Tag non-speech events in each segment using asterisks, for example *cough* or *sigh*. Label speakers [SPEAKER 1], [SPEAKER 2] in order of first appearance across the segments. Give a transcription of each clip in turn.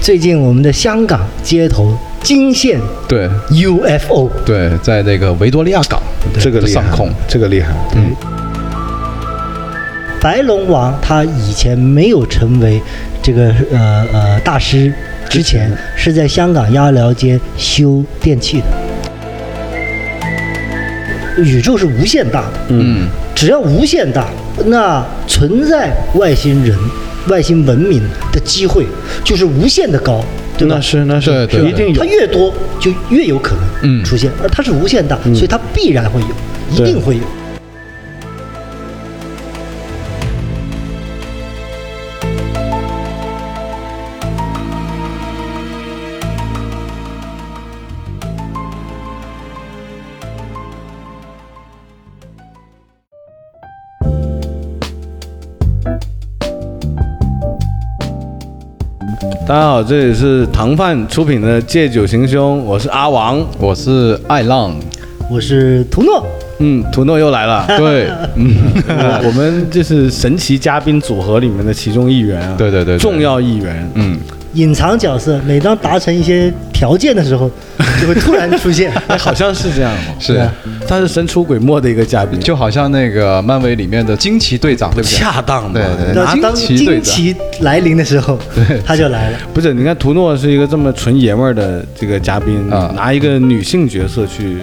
[SPEAKER 1] 最近我们的香港街头惊现
[SPEAKER 2] 对
[SPEAKER 1] UFO，
[SPEAKER 2] 对，在那个维多利亚港
[SPEAKER 3] 这个厉害
[SPEAKER 2] 上空，
[SPEAKER 3] 这个厉害。嗯，
[SPEAKER 1] 白龙王他以前没有成为这个呃呃大师之前，是在香港鸭寮街修电器的。宇宙是无限大的，
[SPEAKER 2] 嗯，
[SPEAKER 1] 只要无限大，那存在外星人、外星文明的机会就是无限的高，对吧
[SPEAKER 3] 那？是那是
[SPEAKER 2] 对对
[SPEAKER 3] 一定有
[SPEAKER 1] 它。越多就越有可
[SPEAKER 2] 嗯
[SPEAKER 1] 能出现，而它是无限大，所以它必然会有，一
[SPEAKER 3] 嗯对
[SPEAKER 1] 定会有。
[SPEAKER 3] 大家好，这里是唐范出品的《借酒行凶》，我是阿王。
[SPEAKER 2] 我是爱浪，。
[SPEAKER 1] 我是图诺，
[SPEAKER 3] 嗯，土诺又来 *laughs* 了嗯
[SPEAKER 2] 对，
[SPEAKER 3] 我我们就是神奇嘉宾组合里面的其中一员啊，
[SPEAKER 2] 对对对对
[SPEAKER 3] 重要一员。
[SPEAKER 2] 嗯，
[SPEAKER 1] 隐藏角色，每当达成一些条件的时
[SPEAKER 3] *laughs*
[SPEAKER 1] 候，就会突然出现。
[SPEAKER 3] 哎， *laughs* 好像是这样哦。
[SPEAKER 2] *laughs* 是
[SPEAKER 1] 对啊
[SPEAKER 3] 他是神出鬼没的一个嘉宾，
[SPEAKER 2] 就好像那个漫威里面的惊奇队长，对不对？
[SPEAKER 3] 恰当嘛。
[SPEAKER 2] 对对对
[SPEAKER 1] 那当
[SPEAKER 2] 惊奇队
[SPEAKER 1] 惊
[SPEAKER 2] 长
[SPEAKER 1] 奇来临的时候，他就来了。
[SPEAKER 3] 不是，你看图诺是一个这么纯爷们儿的这个嘉宾，
[SPEAKER 2] 啊
[SPEAKER 3] 拿一个女性角色去，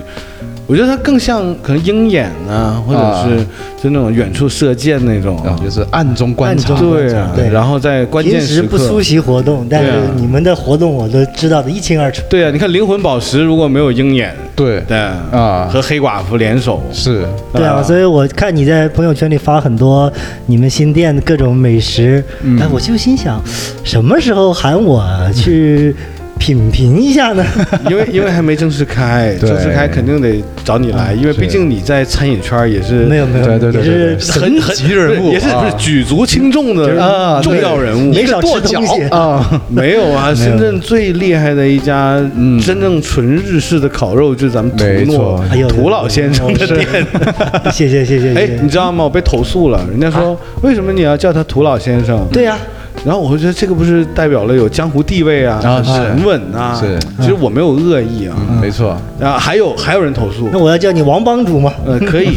[SPEAKER 3] 我觉得他更像可能鹰眼啊，或者是就那种远处射箭那种
[SPEAKER 2] 然
[SPEAKER 3] 啊
[SPEAKER 2] 后，就是暗中观察
[SPEAKER 1] 暗，中
[SPEAKER 3] 对啊
[SPEAKER 1] 对，
[SPEAKER 3] 然后在关键
[SPEAKER 1] 平时
[SPEAKER 3] 时
[SPEAKER 1] 不
[SPEAKER 3] 刻。
[SPEAKER 1] 出席活动，但是
[SPEAKER 3] 对啊
[SPEAKER 1] 你们的活动我都知道的一清二楚。
[SPEAKER 3] 对啊，你看灵魂宝石如果没有鹰眼，
[SPEAKER 2] 对
[SPEAKER 3] 对
[SPEAKER 2] 啊
[SPEAKER 3] 和黑寡妇联手，
[SPEAKER 2] 是，
[SPEAKER 1] 对啊，所以我看你在朋友圈里发很多你们新店的各种美食，
[SPEAKER 2] 嗯
[SPEAKER 1] 哎，我就心想，什么时候喊我去品评一下呢？
[SPEAKER 3] 因为因为还没正式开，
[SPEAKER 2] *laughs* 对啊
[SPEAKER 3] 正式开肯定得找你来，因为
[SPEAKER 2] 是
[SPEAKER 3] 毕竟你在餐饮圈也是
[SPEAKER 1] 没有没有，
[SPEAKER 2] 对对对
[SPEAKER 1] 也
[SPEAKER 2] 对
[SPEAKER 1] 是
[SPEAKER 2] 对，
[SPEAKER 3] 很很
[SPEAKER 2] 级人物
[SPEAKER 3] 也是不
[SPEAKER 2] 啊
[SPEAKER 3] 是举足轻重
[SPEAKER 2] 啊
[SPEAKER 3] 的重
[SPEAKER 2] 对
[SPEAKER 3] 要人物，
[SPEAKER 1] 没少吃东西。
[SPEAKER 2] 啊，
[SPEAKER 3] *laughs*
[SPEAKER 2] 嗯
[SPEAKER 3] 没有啊，深圳最厉害的一家真正纯日式的烤肉，就是咱们
[SPEAKER 2] 没
[SPEAKER 3] 图
[SPEAKER 2] 错
[SPEAKER 3] 诺
[SPEAKER 1] 哎呦哦
[SPEAKER 3] 涂老先生的店。
[SPEAKER 1] *laughs* 谢谢谢谢谢
[SPEAKER 3] 哎
[SPEAKER 1] 谢。，
[SPEAKER 3] 你知道吗？我被投诉了，人家说为什么你要叫他涂老先生？
[SPEAKER 1] 对啊呀、
[SPEAKER 3] 然后我就觉得这个不是代表了有江湖地位啊，
[SPEAKER 2] 啊
[SPEAKER 3] 很沉稳啊。
[SPEAKER 2] 是
[SPEAKER 3] 其实我没有恶意啊。
[SPEAKER 2] 嗯没错，
[SPEAKER 3] 然后还有还有人投诉
[SPEAKER 1] 那，我要叫你王帮主吗？
[SPEAKER 2] 嗯
[SPEAKER 3] 呃，可
[SPEAKER 2] *laughs*
[SPEAKER 3] 以，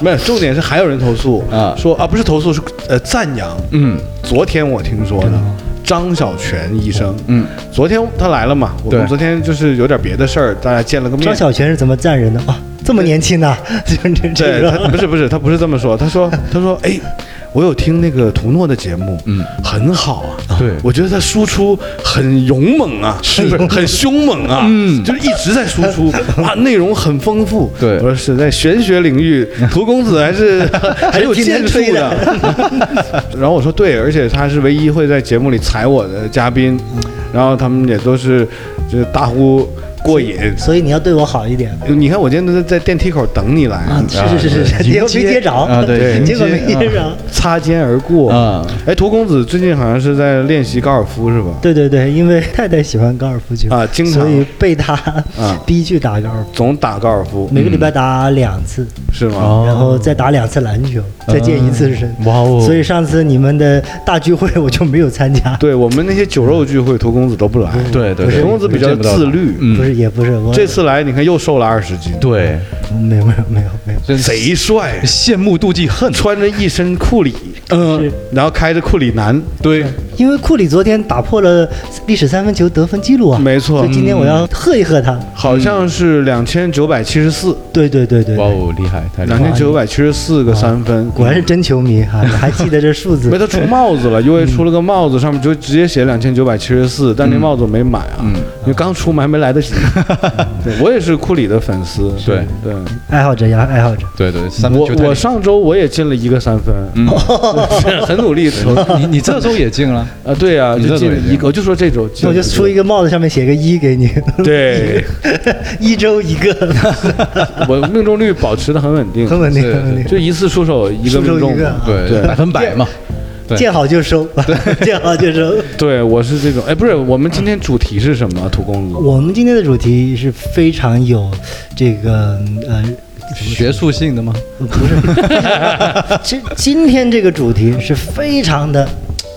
[SPEAKER 3] 没有，重点是还有人投诉
[SPEAKER 2] 啊
[SPEAKER 3] 说啊不是投诉是呃赞扬，
[SPEAKER 2] 嗯
[SPEAKER 3] 昨天我听说的，张小泉医生，
[SPEAKER 2] 嗯，
[SPEAKER 3] 昨天他来了嘛，我们
[SPEAKER 2] 对
[SPEAKER 3] 昨天就是有点别的事儿，大家见了个面。
[SPEAKER 1] 张小泉是怎么赞人的啊？ *laughs* 这么年轻呢、就是这这
[SPEAKER 3] 对，他
[SPEAKER 1] *laughs* 个
[SPEAKER 3] 不是不是，他不是这么说，他说他说哎，我有听那个图诺的节目，
[SPEAKER 2] 嗯，
[SPEAKER 3] 很好啊，
[SPEAKER 2] 对
[SPEAKER 3] 我觉得他输出很勇猛啊，是不是 *laughs* 很凶猛啊？
[SPEAKER 2] 嗯
[SPEAKER 3] 就是一直在输出，哇，内容很丰富。
[SPEAKER 2] 对
[SPEAKER 3] 我说是在玄学领域，涂公子还是还有
[SPEAKER 1] 挺能
[SPEAKER 3] 建树
[SPEAKER 1] 吹的
[SPEAKER 3] 的。 *laughs* 然后我说对，而且他是唯一会在节目里踩我的嘉宾，然后他们也都是就是大呼过瘾。
[SPEAKER 1] 所以你要对我好一点。
[SPEAKER 3] 你看，我今天都在电梯口等你来，
[SPEAKER 1] 啊，是是是是，
[SPEAKER 2] 迎
[SPEAKER 1] 结果没
[SPEAKER 2] 接
[SPEAKER 1] 接着
[SPEAKER 2] 啊对迎接
[SPEAKER 1] *laughs* 结果没接着。
[SPEAKER 3] 擦肩而过
[SPEAKER 2] 啊
[SPEAKER 3] 哎，涂公子最近好像是在练习高尔夫是吧？
[SPEAKER 1] 对对对，因为太太喜欢高尔夫球
[SPEAKER 3] 啊经常
[SPEAKER 1] 所以被她
[SPEAKER 3] 啊
[SPEAKER 1] *laughs* 逼去打高尔夫，
[SPEAKER 3] 总打高尔夫嗯
[SPEAKER 1] 每个礼拜打两次，
[SPEAKER 3] 是吗？
[SPEAKER 2] 哦
[SPEAKER 1] 然后再打两次篮球，再健一次身。
[SPEAKER 2] 哇哦
[SPEAKER 1] 所以上次你们的大聚会我就没有参加，
[SPEAKER 3] 对我们那些酒肉聚会，涂公子都不来。
[SPEAKER 2] 对对，
[SPEAKER 3] 涂
[SPEAKER 2] 对
[SPEAKER 3] 公子比较自，律。
[SPEAKER 1] 不
[SPEAKER 2] 嗯，
[SPEAKER 1] 是也不是我
[SPEAKER 3] 这次来，你看又瘦了二十斤，
[SPEAKER 2] 对，
[SPEAKER 1] 没有没有没有没有，
[SPEAKER 2] 真
[SPEAKER 3] 贼帅，
[SPEAKER 2] 羡慕妒忌恨，
[SPEAKER 3] 穿着一身库里，
[SPEAKER 2] 嗯
[SPEAKER 1] 是，
[SPEAKER 3] 然后开着库里南，
[SPEAKER 2] 对，
[SPEAKER 1] 因为库里昨天打破了历史三分球得分记录啊，
[SPEAKER 3] 没错嗯
[SPEAKER 1] 所以今天我要喝一喝他。
[SPEAKER 3] 好像是两千九百七十四，
[SPEAKER 2] 嗯
[SPEAKER 1] 对对对对
[SPEAKER 2] 哇，哦，厉害，太厉
[SPEAKER 3] 两
[SPEAKER 2] 害，
[SPEAKER 3] 千九百七十四个三分，
[SPEAKER 1] 果然是真球迷哈，还记得这数字
[SPEAKER 3] 没，他出帽子了，因为
[SPEAKER 1] 嗯
[SPEAKER 3] 出了个帽子，上面就直接写两千九百七十四，但那帽子我没买
[SPEAKER 1] 嗯
[SPEAKER 3] 啊，因为刚出门还没来
[SPEAKER 1] *laughs*
[SPEAKER 3] 得及。对我也是库里的粉丝，
[SPEAKER 2] 对
[SPEAKER 3] 对，
[SPEAKER 1] 爱好者呀爱好者。
[SPEAKER 2] 对对，三分
[SPEAKER 3] 我
[SPEAKER 2] 球
[SPEAKER 3] 我
[SPEAKER 2] 太
[SPEAKER 3] 上周我也进了一个三分，
[SPEAKER 1] 嗯
[SPEAKER 3] *laughs* 很努力投
[SPEAKER 2] 厉害，你你这周也进了，
[SPEAKER 3] 啊，对啊，
[SPEAKER 2] 你这
[SPEAKER 3] 就进了一个，我就说这周进
[SPEAKER 1] 那
[SPEAKER 3] 了
[SPEAKER 1] 我
[SPEAKER 3] 一个，
[SPEAKER 1] 就出一个帽子，上面写个一给你， *laughs*
[SPEAKER 3] 对，
[SPEAKER 1] 一周一个，
[SPEAKER 3] 我命中率保持的很稳
[SPEAKER 1] *laughs*
[SPEAKER 3] 定，
[SPEAKER 1] 很稳定，
[SPEAKER 2] 是
[SPEAKER 1] 很稳定。
[SPEAKER 3] 就一次出手一个
[SPEAKER 1] 出手
[SPEAKER 3] 命中
[SPEAKER 1] 一个
[SPEAKER 3] 嘛，
[SPEAKER 1] 啊
[SPEAKER 2] 对，
[SPEAKER 3] *laughs* 对
[SPEAKER 2] 百分百嘛，对
[SPEAKER 1] 见好就收， *laughs* 见好就收。
[SPEAKER 4] 对，我是这种。哎，不是，我们今天主题是什
[SPEAKER 3] 啊
[SPEAKER 4] 么？土公主。
[SPEAKER 1] 我们今天的主题是非常有这个呃，
[SPEAKER 2] 学术性的吗？
[SPEAKER 1] 不是，
[SPEAKER 4] *laughs*
[SPEAKER 1] 今今天这个主题是非常的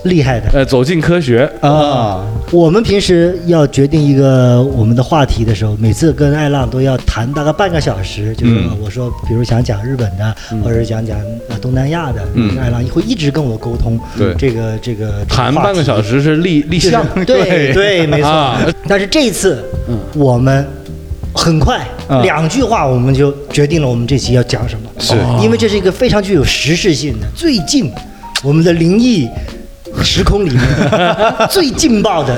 [SPEAKER 1] 厉害的。
[SPEAKER 4] 呃，走进科学。
[SPEAKER 1] 啊，我们平时要决定一个我们的话题的时候，每次跟艾浪都要谈大概半个小时。就是呃
[SPEAKER 2] 嗯
[SPEAKER 1] 我说，比如想讲日本的，
[SPEAKER 4] 嗯
[SPEAKER 1] 或者是想讲呃东南亚的，
[SPEAKER 2] 嗯
[SPEAKER 1] 艾浪会一直跟我沟通
[SPEAKER 2] 对
[SPEAKER 1] 这个这个这个
[SPEAKER 4] 谈
[SPEAKER 1] 话
[SPEAKER 4] 半个
[SPEAKER 1] 题
[SPEAKER 4] 小时是
[SPEAKER 3] *laughs*
[SPEAKER 4] 立立
[SPEAKER 1] 就是
[SPEAKER 4] 项，
[SPEAKER 1] *laughs* 对
[SPEAKER 2] 对
[SPEAKER 1] 对，没错
[SPEAKER 4] 啊。
[SPEAKER 1] 但是这一次，我们很快
[SPEAKER 2] 嗯
[SPEAKER 1] 两句话，我们就决定了我们这期要讲什么，哦
[SPEAKER 2] 是
[SPEAKER 1] 因为这是一个非常具有时事性的，最近我们的灵异时空里面最劲爆的、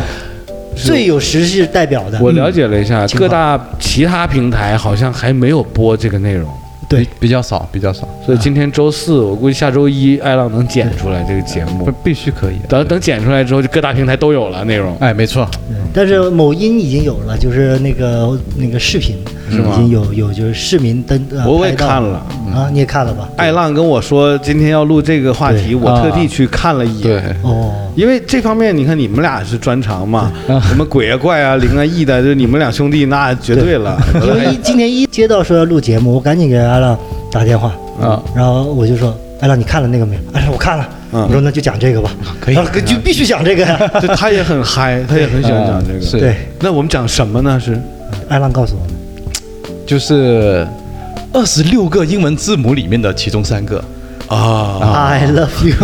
[SPEAKER 1] 最有时事代表的，嗯
[SPEAKER 4] 我了解了一
[SPEAKER 3] 嗯
[SPEAKER 4] 下，
[SPEAKER 1] 情况
[SPEAKER 4] 各大其他平台好像还没有播这个内容，
[SPEAKER 1] 对
[SPEAKER 2] 比，比较少，比较少，
[SPEAKER 4] 所以今天周四，
[SPEAKER 3] 嗯
[SPEAKER 4] 我估计下周一艾浪能剪出来这个节目
[SPEAKER 2] 不。必须可以的。
[SPEAKER 4] 等等剪出来之后，就各大平台都有了内容。
[SPEAKER 2] 哎，没错，
[SPEAKER 1] 但是某音已经有了，就是那个那个视频
[SPEAKER 4] 是吗
[SPEAKER 1] 已经有有就是市民登呃
[SPEAKER 3] 我也
[SPEAKER 1] 拍到
[SPEAKER 3] 看了哎
[SPEAKER 1] 啊，你也看了吧？
[SPEAKER 3] 艾浪跟我说今天要录这个话
[SPEAKER 1] 对
[SPEAKER 3] 题，我特地
[SPEAKER 2] 啊
[SPEAKER 3] 去看了一眼。
[SPEAKER 2] 对，
[SPEAKER 1] 哦，
[SPEAKER 3] 因为这方面，你看你们俩是专长嘛，什么鬼啊
[SPEAKER 4] *laughs*
[SPEAKER 3] 怪啊灵啊异的，就你们俩兄弟那绝对了。
[SPEAKER 1] *laughs* 因
[SPEAKER 3] *laughs*
[SPEAKER 1] 为一今天一接到说要录节目，我赶紧给艾浪打电话，
[SPEAKER 2] 啊，
[SPEAKER 1] 然后我就说：“艾浪，你看了那个没有？” *laughs* 艾浪，我看了。
[SPEAKER 3] 嗯
[SPEAKER 1] 我说：“那就讲这个吧。”
[SPEAKER 2] 可以
[SPEAKER 1] 然后就必须讲这个呀。
[SPEAKER 3] 就他也很嗨，他也很喜欢讲这个。
[SPEAKER 2] 啊是
[SPEAKER 1] *laughs* 对，
[SPEAKER 3] 那我们讲什么呢？是
[SPEAKER 1] 艾浪告诉我们，
[SPEAKER 2] 就是二十六个英文字母里面的其中三个。
[SPEAKER 3] 啊，
[SPEAKER 1] I love you，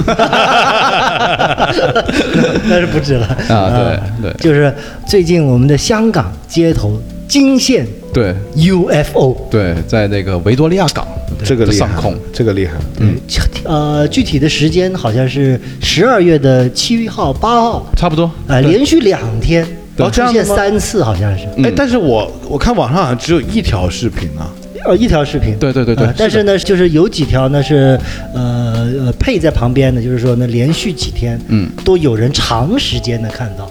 [SPEAKER 1] 那是不止了
[SPEAKER 2] 啊对对
[SPEAKER 1] 就是最近我们的香港街头惊现
[SPEAKER 2] 对
[SPEAKER 1] UFO，
[SPEAKER 2] 对，在那个维多利亚港
[SPEAKER 3] 这个厉害
[SPEAKER 2] 上空，
[SPEAKER 3] 这个厉害。
[SPEAKER 1] 嗯，呃，具体的时间好像是十二月的七号、八号，
[SPEAKER 2] 差不多。
[SPEAKER 3] 哎
[SPEAKER 1] 呃，连续两天
[SPEAKER 3] 哦这
[SPEAKER 1] 出
[SPEAKER 3] 样
[SPEAKER 1] 现
[SPEAKER 3] 的吗
[SPEAKER 1] 三次，好像是，
[SPEAKER 3] 哎，但是我我看网上好像只有一条视频啊，
[SPEAKER 1] 呃，一条视频。
[SPEAKER 2] 对对对对
[SPEAKER 1] 呃但是呢，就是有几条呢是呃呃配在旁边的，就是说呢连续几天，
[SPEAKER 2] 嗯，
[SPEAKER 1] 都有人长时间的看到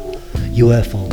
[SPEAKER 1] UFO，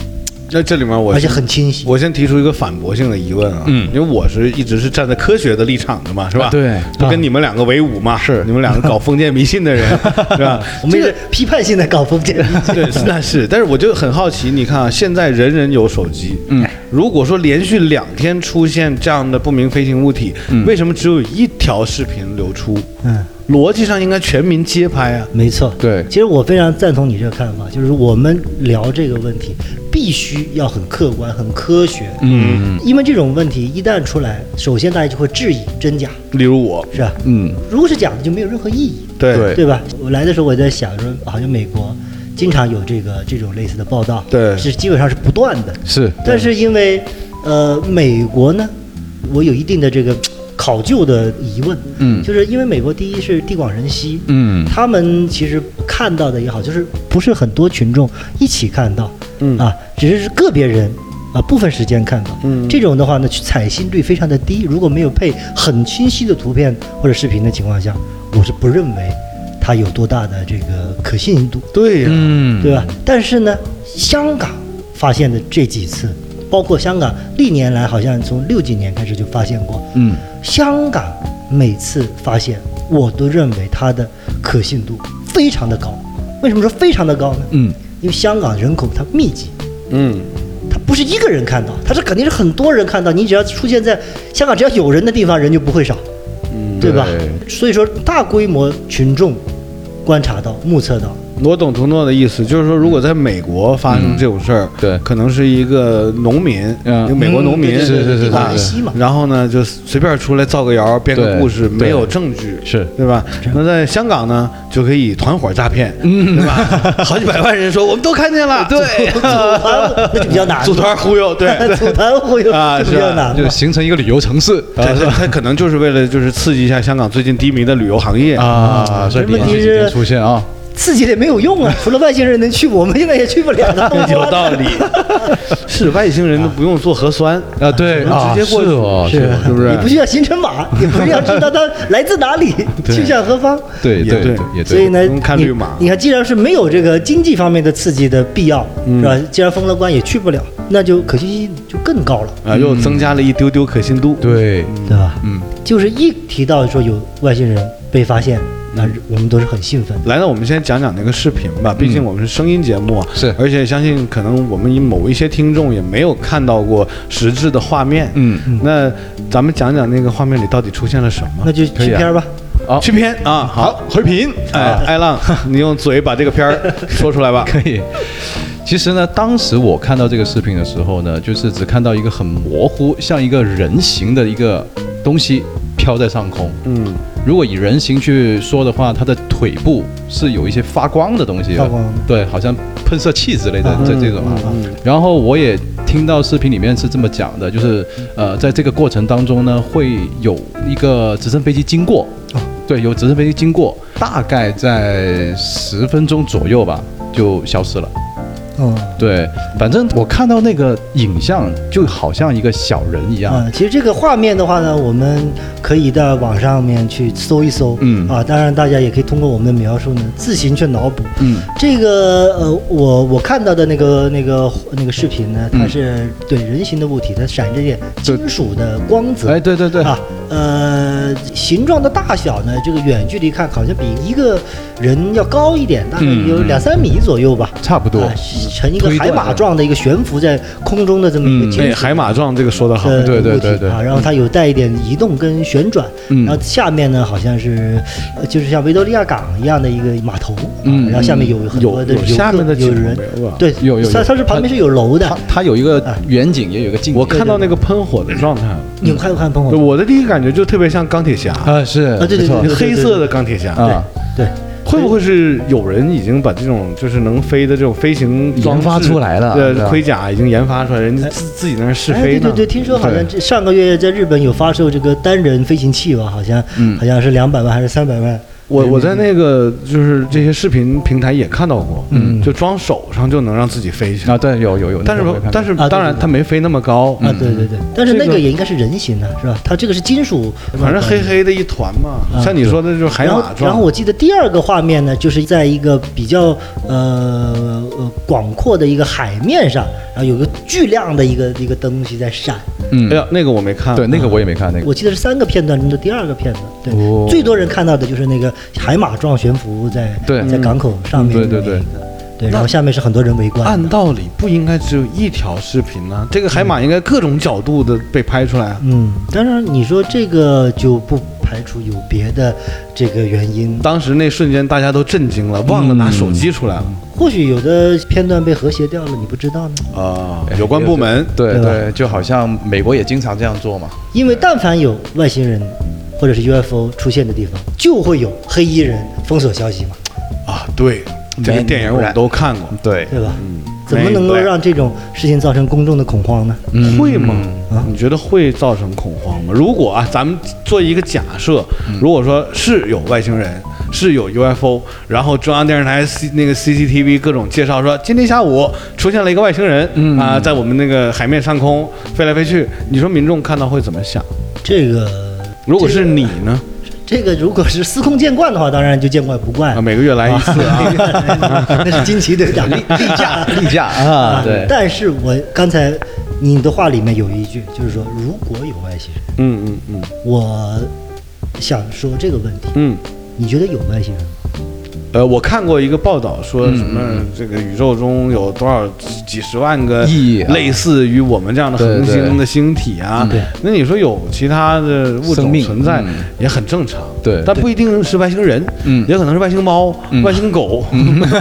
[SPEAKER 3] 那这里面我
[SPEAKER 1] 而且
[SPEAKER 3] 先
[SPEAKER 1] 很清晰。
[SPEAKER 3] 我先提出一个反驳性的疑问啊，
[SPEAKER 2] 嗯
[SPEAKER 3] 因为我是一直是站在科学的立场的嘛，是吧？
[SPEAKER 2] 啊对
[SPEAKER 3] 不跟你们两个为伍嘛，
[SPEAKER 2] 是
[SPEAKER 3] 你们两个搞封建迷信的人，是吧？
[SPEAKER 1] *laughs* 啊我们也是批判性的搞封 *laughs* 建迷信，
[SPEAKER 3] 对，那是，但是我就很好奇，你看啊，现在人人有手机，
[SPEAKER 2] 嗯，
[SPEAKER 3] 如果说连续两天出现这样的不明飞行物体，为什么只有一条视频流出？
[SPEAKER 1] 嗯，
[SPEAKER 3] 逻辑上应该全民皆拍啊，
[SPEAKER 1] 没错。
[SPEAKER 2] 对
[SPEAKER 1] 其实我非常赞同你这个看法，就是我们聊这个问题必须要很客观、很科学，
[SPEAKER 2] 嗯
[SPEAKER 1] 因为这种问题一旦出来，首先大家就会质疑真假，
[SPEAKER 3] 例如我，
[SPEAKER 1] 是吧？
[SPEAKER 2] 嗯，
[SPEAKER 1] 如果是假的，就没有任何意义。
[SPEAKER 3] 对
[SPEAKER 2] 对
[SPEAKER 1] 对吧？我来的时候我在想说，啊好像美国经常有这个这种类似的报道，
[SPEAKER 3] 对
[SPEAKER 1] 是基本上是不断的。
[SPEAKER 2] 是
[SPEAKER 1] 但是因为呃，美国呢，我有一定的这个考究的疑问，
[SPEAKER 2] 嗯
[SPEAKER 1] 就是因为美国第一是地广人稀，
[SPEAKER 2] 嗯
[SPEAKER 1] 他们其实看到的也好，就是不是很多群众一起看到，
[SPEAKER 3] 嗯
[SPEAKER 1] 啊，只是个别人。啊，部分时间看到，
[SPEAKER 3] 嗯
[SPEAKER 1] 这种的话呢，去采信率非常的低。如果没有配很清晰的图片或者视频的情况下，我是不认为它有多大的这个可信度。
[SPEAKER 3] 对呀、
[SPEAKER 2] 嗯
[SPEAKER 1] 对吧？但是呢，香港发现的这几次，包括香港历年来好像从六几年开始就发现过，
[SPEAKER 2] 嗯
[SPEAKER 1] 香港每次发现，我都认为它的可信度非常的高。为什么说非常的高呢？
[SPEAKER 2] 嗯
[SPEAKER 1] 因为香港人口它密集，
[SPEAKER 3] 嗯，
[SPEAKER 1] 它不是一个人看到，它是肯定是很多人看到。你只要出现在香港，只要有人的地方，人就不会少，
[SPEAKER 3] 嗯
[SPEAKER 1] 对吧？
[SPEAKER 2] 对
[SPEAKER 1] 所以说，大规模群众观察
[SPEAKER 3] *laughs*
[SPEAKER 1] 到、目测到，
[SPEAKER 3] 我懂图诺的意思，就是说，如果在美国发生这种事儿、
[SPEAKER 2] 嗯对
[SPEAKER 3] 可能是一个农民，
[SPEAKER 2] 嗯
[SPEAKER 3] 一个美国农民，啊
[SPEAKER 1] 嗯对
[SPEAKER 2] 对对是是是
[SPEAKER 1] 地广人稀嘛。
[SPEAKER 3] 然后呢，就随便出来造个谣，编个
[SPEAKER 2] 对
[SPEAKER 3] 故事，没
[SPEAKER 2] 对
[SPEAKER 3] 有证据，
[SPEAKER 2] 是嗯
[SPEAKER 3] 对吧？那在香港呢，就可以团伙诈骗，对吧？ *laughs* 好几百万人说 *laughs* 我们都看见了，对，
[SPEAKER 1] 组团那就比较难了，
[SPEAKER 3] 组团忽悠，对
[SPEAKER 1] *laughs*
[SPEAKER 3] 对
[SPEAKER 1] 组团忽悠
[SPEAKER 3] 啊
[SPEAKER 1] 就比
[SPEAKER 3] 是
[SPEAKER 1] 较
[SPEAKER 3] 吧
[SPEAKER 1] 难
[SPEAKER 2] *laughs* 就
[SPEAKER 1] 了。
[SPEAKER 2] 形成一个旅游城市
[SPEAKER 3] *laughs* 对他他可能就是为了就是刺激一下香港最近低迷的旅游行业，
[SPEAKER 2] 啊，所以
[SPEAKER 1] 问
[SPEAKER 2] 连
[SPEAKER 1] 题
[SPEAKER 2] 续几
[SPEAKER 1] 是
[SPEAKER 2] 天出现啊，
[SPEAKER 1] 刺激的没有用啊，除了外星人能去，我们现在也去不了了。
[SPEAKER 3] *laughs* 有道
[SPEAKER 2] *laughs*
[SPEAKER 3] 理，是外星人都不用做核酸，
[SPEAKER 2] 啊对啊，
[SPEAKER 3] 直接过去
[SPEAKER 2] 是哦，
[SPEAKER 1] 是
[SPEAKER 2] 哦
[SPEAKER 3] 是不是
[SPEAKER 1] 你不需要行程
[SPEAKER 2] *laughs*
[SPEAKER 1] 码，也不需要知道它来自哪里，去向何方。
[SPEAKER 2] 对
[SPEAKER 3] 也
[SPEAKER 2] 对
[SPEAKER 3] 对
[SPEAKER 2] 也对，
[SPEAKER 1] 所以呢
[SPEAKER 3] 不用，看
[SPEAKER 1] 你
[SPEAKER 3] 绿码
[SPEAKER 1] 你看，既然是没有这个经济方面的刺激的必要，
[SPEAKER 2] 嗯
[SPEAKER 1] 是吧？既然封了关也去不了，那就可信性就更高了，
[SPEAKER 3] 啊，又增加了一丢丢可信度，
[SPEAKER 2] 对，
[SPEAKER 1] 对吧？
[SPEAKER 2] 嗯
[SPEAKER 1] 就是一提到说有外星人被发现，那我们都是很兴奋。
[SPEAKER 3] 来，那我们先讲讲那个视频吧，毕竟我们是声音节目啊，
[SPEAKER 2] 嗯是
[SPEAKER 3] 而且相信可能我们某一些听众也没有看到过实质的画面，
[SPEAKER 2] 嗯，
[SPEAKER 3] 那咱们讲讲那个画面里到底出现了什么
[SPEAKER 1] 那？就去
[SPEAKER 2] 啊
[SPEAKER 1] 片儿吧。
[SPEAKER 2] 好啊
[SPEAKER 3] 去片啊，好，回评，哎，
[SPEAKER 2] *laughs*
[SPEAKER 3] 艾浪，你用嘴把这个片儿说出来吧。
[SPEAKER 2] 可以。其实呢，当时我看到这个视频的时候呢，就是只看到一个很模糊，像一个人形的一个东西飘在上空。
[SPEAKER 3] 嗯，
[SPEAKER 2] 如果以人形去说的话，它的腿部是有一些发光的东西的，
[SPEAKER 1] 发光
[SPEAKER 2] 对，好像喷射器之类的
[SPEAKER 1] 啊
[SPEAKER 2] 这这种啊。然后我也听到视频里面是这么讲的，就是呃，在这个过程当中呢，会有一个直升飞机经过，
[SPEAKER 1] 哦
[SPEAKER 2] 对，有直升飞机经过，大概在十分钟左右吧，就消失了。
[SPEAKER 1] 嗯
[SPEAKER 2] 对，反正我看到那个影像，就好像一个小人一样。
[SPEAKER 1] 啊，其实这个画面的话呢，我们可以在网上面去搜一搜，
[SPEAKER 2] 嗯
[SPEAKER 1] 啊，当然大家也可以通过我们的描述呢，自行去脑补。
[SPEAKER 2] 嗯
[SPEAKER 1] 这个呃，我我看到的那个那个那个视频呢，它
[SPEAKER 2] 嗯
[SPEAKER 1] 是、对人形的物体，它闪着点
[SPEAKER 2] 就
[SPEAKER 1] 金属的光泽，
[SPEAKER 2] 哎，对对对，
[SPEAKER 1] 啊，呃，形状的大小呢，这个远距离看好像比一个人要高一点，大概
[SPEAKER 2] 嗯
[SPEAKER 1] 有
[SPEAKER 2] 嗯
[SPEAKER 1] 两三米左右吧，
[SPEAKER 2] 差不多。
[SPEAKER 1] 啊，成一个
[SPEAKER 2] 推
[SPEAKER 1] 海
[SPEAKER 2] 断
[SPEAKER 1] 马
[SPEAKER 2] 的
[SPEAKER 1] 状的一个悬浮在空中的这么一个
[SPEAKER 2] 嗯
[SPEAKER 1] 金
[SPEAKER 3] 哎，
[SPEAKER 1] 属
[SPEAKER 3] 海马状这个说得好，
[SPEAKER 1] 的
[SPEAKER 2] 对对
[SPEAKER 1] 物
[SPEAKER 2] 对
[SPEAKER 1] 体
[SPEAKER 2] 对
[SPEAKER 1] 啊，然后它有带一点移动跟旋转，
[SPEAKER 2] 嗯
[SPEAKER 1] 然后下面呢好像是，呃就是像维多利亚港一样的一个码头，
[SPEAKER 2] 嗯
[SPEAKER 1] 啊，然后下面有很多
[SPEAKER 3] 有
[SPEAKER 1] 的
[SPEAKER 3] 嗯有下面的
[SPEAKER 1] 有
[SPEAKER 3] 景
[SPEAKER 1] 人，
[SPEAKER 3] 没有吧？
[SPEAKER 1] 对，
[SPEAKER 2] 有有
[SPEAKER 1] 它
[SPEAKER 2] 有
[SPEAKER 1] 它是旁边是有楼的
[SPEAKER 2] 它，它有一个
[SPEAKER 1] 啊
[SPEAKER 2] 远景，也有一个近景。
[SPEAKER 3] 我看到那个喷火的状态了，
[SPEAKER 1] 你们看没看朋友？
[SPEAKER 3] 我的第一感觉就特别像钢铁侠，
[SPEAKER 2] 啊，是啊
[SPEAKER 1] 对对
[SPEAKER 2] 没错
[SPEAKER 1] 对对
[SPEAKER 3] 黑色的钢铁侠，
[SPEAKER 2] 啊，
[SPEAKER 1] 对，
[SPEAKER 3] 会不会是有人已经把这种就是能飞的这种飞行装
[SPEAKER 2] 研发
[SPEAKER 3] 置
[SPEAKER 2] 出来了是吧
[SPEAKER 3] 的盔甲已经研发出来，人家自自己在那试
[SPEAKER 1] 哎，
[SPEAKER 3] 飞
[SPEAKER 1] 对
[SPEAKER 3] 呢？
[SPEAKER 1] 对对，听说好像
[SPEAKER 2] 对
[SPEAKER 1] 这上个月在日本有发售这个单人飞行器吧？好像，
[SPEAKER 2] 嗯
[SPEAKER 1] 好像是两百万还是三百万？
[SPEAKER 3] 我我在那个就是这些视频平台也看到过，
[SPEAKER 1] 嗯
[SPEAKER 3] 就装手上就能让自己飞起来，
[SPEAKER 2] 啊，对，有有有。
[SPEAKER 3] 但是
[SPEAKER 2] 那个我也看到
[SPEAKER 3] 但是
[SPEAKER 1] 啊对
[SPEAKER 3] 当然
[SPEAKER 1] 对对
[SPEAKER 3] 它没飞那么高，
[SPEAKER 1] 啊，对对对，但是那
[SPEAKER 3] 嗯这
[SPEAKER 1] 个
[SPEAKER 3] 个
[SPEAKER 1] 也应该是人形的，是吧？它这个是金属，
[SPEAKER 3] 反正黑。黑的一团嘛，
[SPEAKER 1] 啊
[SPEAKER 3] 像你说的就是海
[SPEAKER 1] 然后
[SPEAKER 3] 马，状。
[SPEAKER 1] 然后我记得第二个画面呢，就是在一个比较呃呃广阔的一个海面上，然后有个巨亮的一个一个东西在闪。
[SPEAKER 2] 嗯
[SPEAKER 3] 哎，呀，那个我没看，嗯
[SPEAKER 2] 对，那个我也没看那个。
[SPEAKER 1] 我记得是三个片段中的第二个片段，对，
[SPEAKER 2] 哦
[SPEAKER 1] 最多人看到的就是那个海马状悬浮在
[SPEAKER 2] 对
[SPEAKER 1] 在港口上面、
[SPEAKER 2] 嗯对对对，
[SPEAKER 1] 对，然后下面是很多人围观的，
[SPEAKER 3] 按道理不应该只有一条视频呢、这个海马应该各种角度的被拍出来啊。
[SPEAKER 1] 嗯，当然你说这个就不排除有别的这个原因，
[SPEAKER 3] 当时那瞬间大家都震惊了，忘了拿手机出来了。
[SPEAKER 1] 或许有的片段被和谐掉了，你不知道呢。
[SPEAKER 3] 啊、
[SPEAKER 2] 哎
[SPEAKER 3] 有关部门
[SPEAKER 2] 对
[SPEAKER 1] 对吧
[SPEAKER 2] 对，就好像美国也经常这样做嘛。
[SPEAKER 1] 因为但凡有外星人或者是 UFO 出现的地方，就会有黑衣人封锁消息嘛，
[SPEAKER 3] 啊，对，这个
[SPEAKER 2] Man
[SPEAKER 3] 电影我们
[SPEAKER 2] Black
[SPEAKER 3] 都看过。
[SPEAKER 2] 对，
[SPEAKER 1] 对吧？
[SPEAKER 3] 嗯，
[SPEAKER 1] 怎么
[SPEAKER 3] Man
[SPEAKER 1] 能够
[SPEAKER 3] Black
[SPEAKER 1] 让这种事情造成公众的恐慌呢？
[SPEAKER 2] 嗯
[SPEAKER 3] 会吗？
[SPEAKER 1] 啊
[SPEAKER 3] 你觉得会造成恐慌吗？如果啊，咱们做一个假设，如果说是有外星人，是有 UFO，然后中央电视台 C 那个 CCTV 各种介绍说，今天下午出现了一个外星人，
[SPEAKER 2] 嗯
[SPEAKER 3] 啊，在我们那个海面上空飞来飞去，你说民众看到会怎么想？
[SPEAKER 1] 这个，
[SPEAKER 3] 如果是你呢？
[SPEAKER 1] 这个如果是司空见惯的话，当然就见怪不怪
[SPEAKER 3] 啊，
[SPEAKER 1] 了。
[SPEAKER 3] 每个月来一次啊，
[SPEAKER 1] *laughs* 那是惊奇队长，例例假
[SPEAKER 2] 例假啊，对，
[SPEAKER 1] 但是我刚才你的话里面有一句，就是说如果有外星人，
[SPEAKER 3] 嗯嗯嗯
[SPEAKER 1] 我想说这个问题，
[SPEAKER 3] 嗯。
[SPEAKER 1] 你觉得有外星人吗？
[SPEAKER 3] 呃，我看过一个报道，说
[SPEAKER 2] 嗯
[SPEAKER 3] 什么
[SPEAKER 2] 嗯
[SPEAKER 3] 这个宇宙中有多少几几十万个
[SPEAKER 2] 亿啊
[SPEAKER 3] 类似于我们这样的恒
[SPEAKER 2] 对对
[SPEAKER 3] 星的星体啊
[SPEAKER 2] 嗯对？
[SPEAKER 3] 那你说有其他的物
[SPEAKER 2] 生
[SPEAKER 3] 种
[SPEAKER 2] 命
[SPEAKER 3] 存在
[SPEAKER 2] 嗯
[SPEAKER 3] 也很正常，
[SPEAKER 2] 对
[SPEAKER 3] 但不一定是外星人，
[SPEAKER 2] 嗯
[SPEAKER 3] 也可能是外星猫、
[SPEAKER 2] 嗯
[SPEAKER 3] 外星
[SPEAKER 1] *laughs*
[SPEAKER 3] 狗、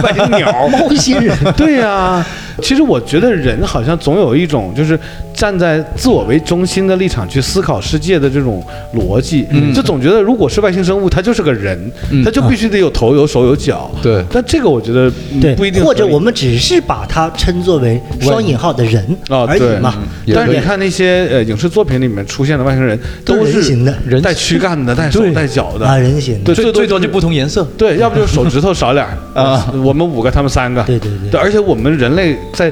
[SPEAKER 3] 外星鸟。
[SPEAKER 1] 猫星人，
[SPEAKER 3] *laughs* 对呀、其实我觉得人好像总有一种就是站在自我为中心的立场去思考世界的这种逻辑，
[SPEAKER 2] 嗯
[SPEAKER 3] 就总觉得如果是外星生物，它就是个人，
[SPEAKER 2] 嗯
[SPEAKER 3] 它就必须得有头、有手、有脚。
[SPEAKER 2] 对
[SPEAKER 3] 但这个我觉得嗯
[SPEAKER 1] 对，
[SPEAKER 3] 不一定合理，
[SPEAKER 1] 或者我们只是把它称作为双引号的人
[SPEAKER 3] 啊
[SPEAKER 1] 而
[SPEAKER 3] 对
[SPEAKER 1] 已哎嘛。
[SPEAKER 2] 也
[SPEAKER 3] 但是
[SPEAKER 2] 可以
[SPEAKER 3] 你看那些呃影视作品里面出现的外星人，
[SPEAKER 1] 都
[SPEAKER 3] 都
[SPEAKER 1] 是
[SPEAKER 3] 是
[SPEAKER 1] 人形的
[SPEAKER 2] 人
[SPEAKER 3] 带躯干的、带手
[SPEAKER 2] 对
[SPEAKER 3] 带脚
[SPEAKER 1] 啊，
[SPEAKER 3] 的，
[SPEAKER 1] 人形的
[SPEAKER 3] 对，
[SPEAKER 2] 最
[SPEAKER 3] 最多
[SPEAKER 2] 最多就不同颜色。
[SPEAKER 3] 对，要不就是手指头少点儿
[SPEAKER 2] 啊
[SPEAKER 3] 我们五个，他们三个，
[SPEAKER 1] 对对对
[SPEAKER 3] 而且我们人类在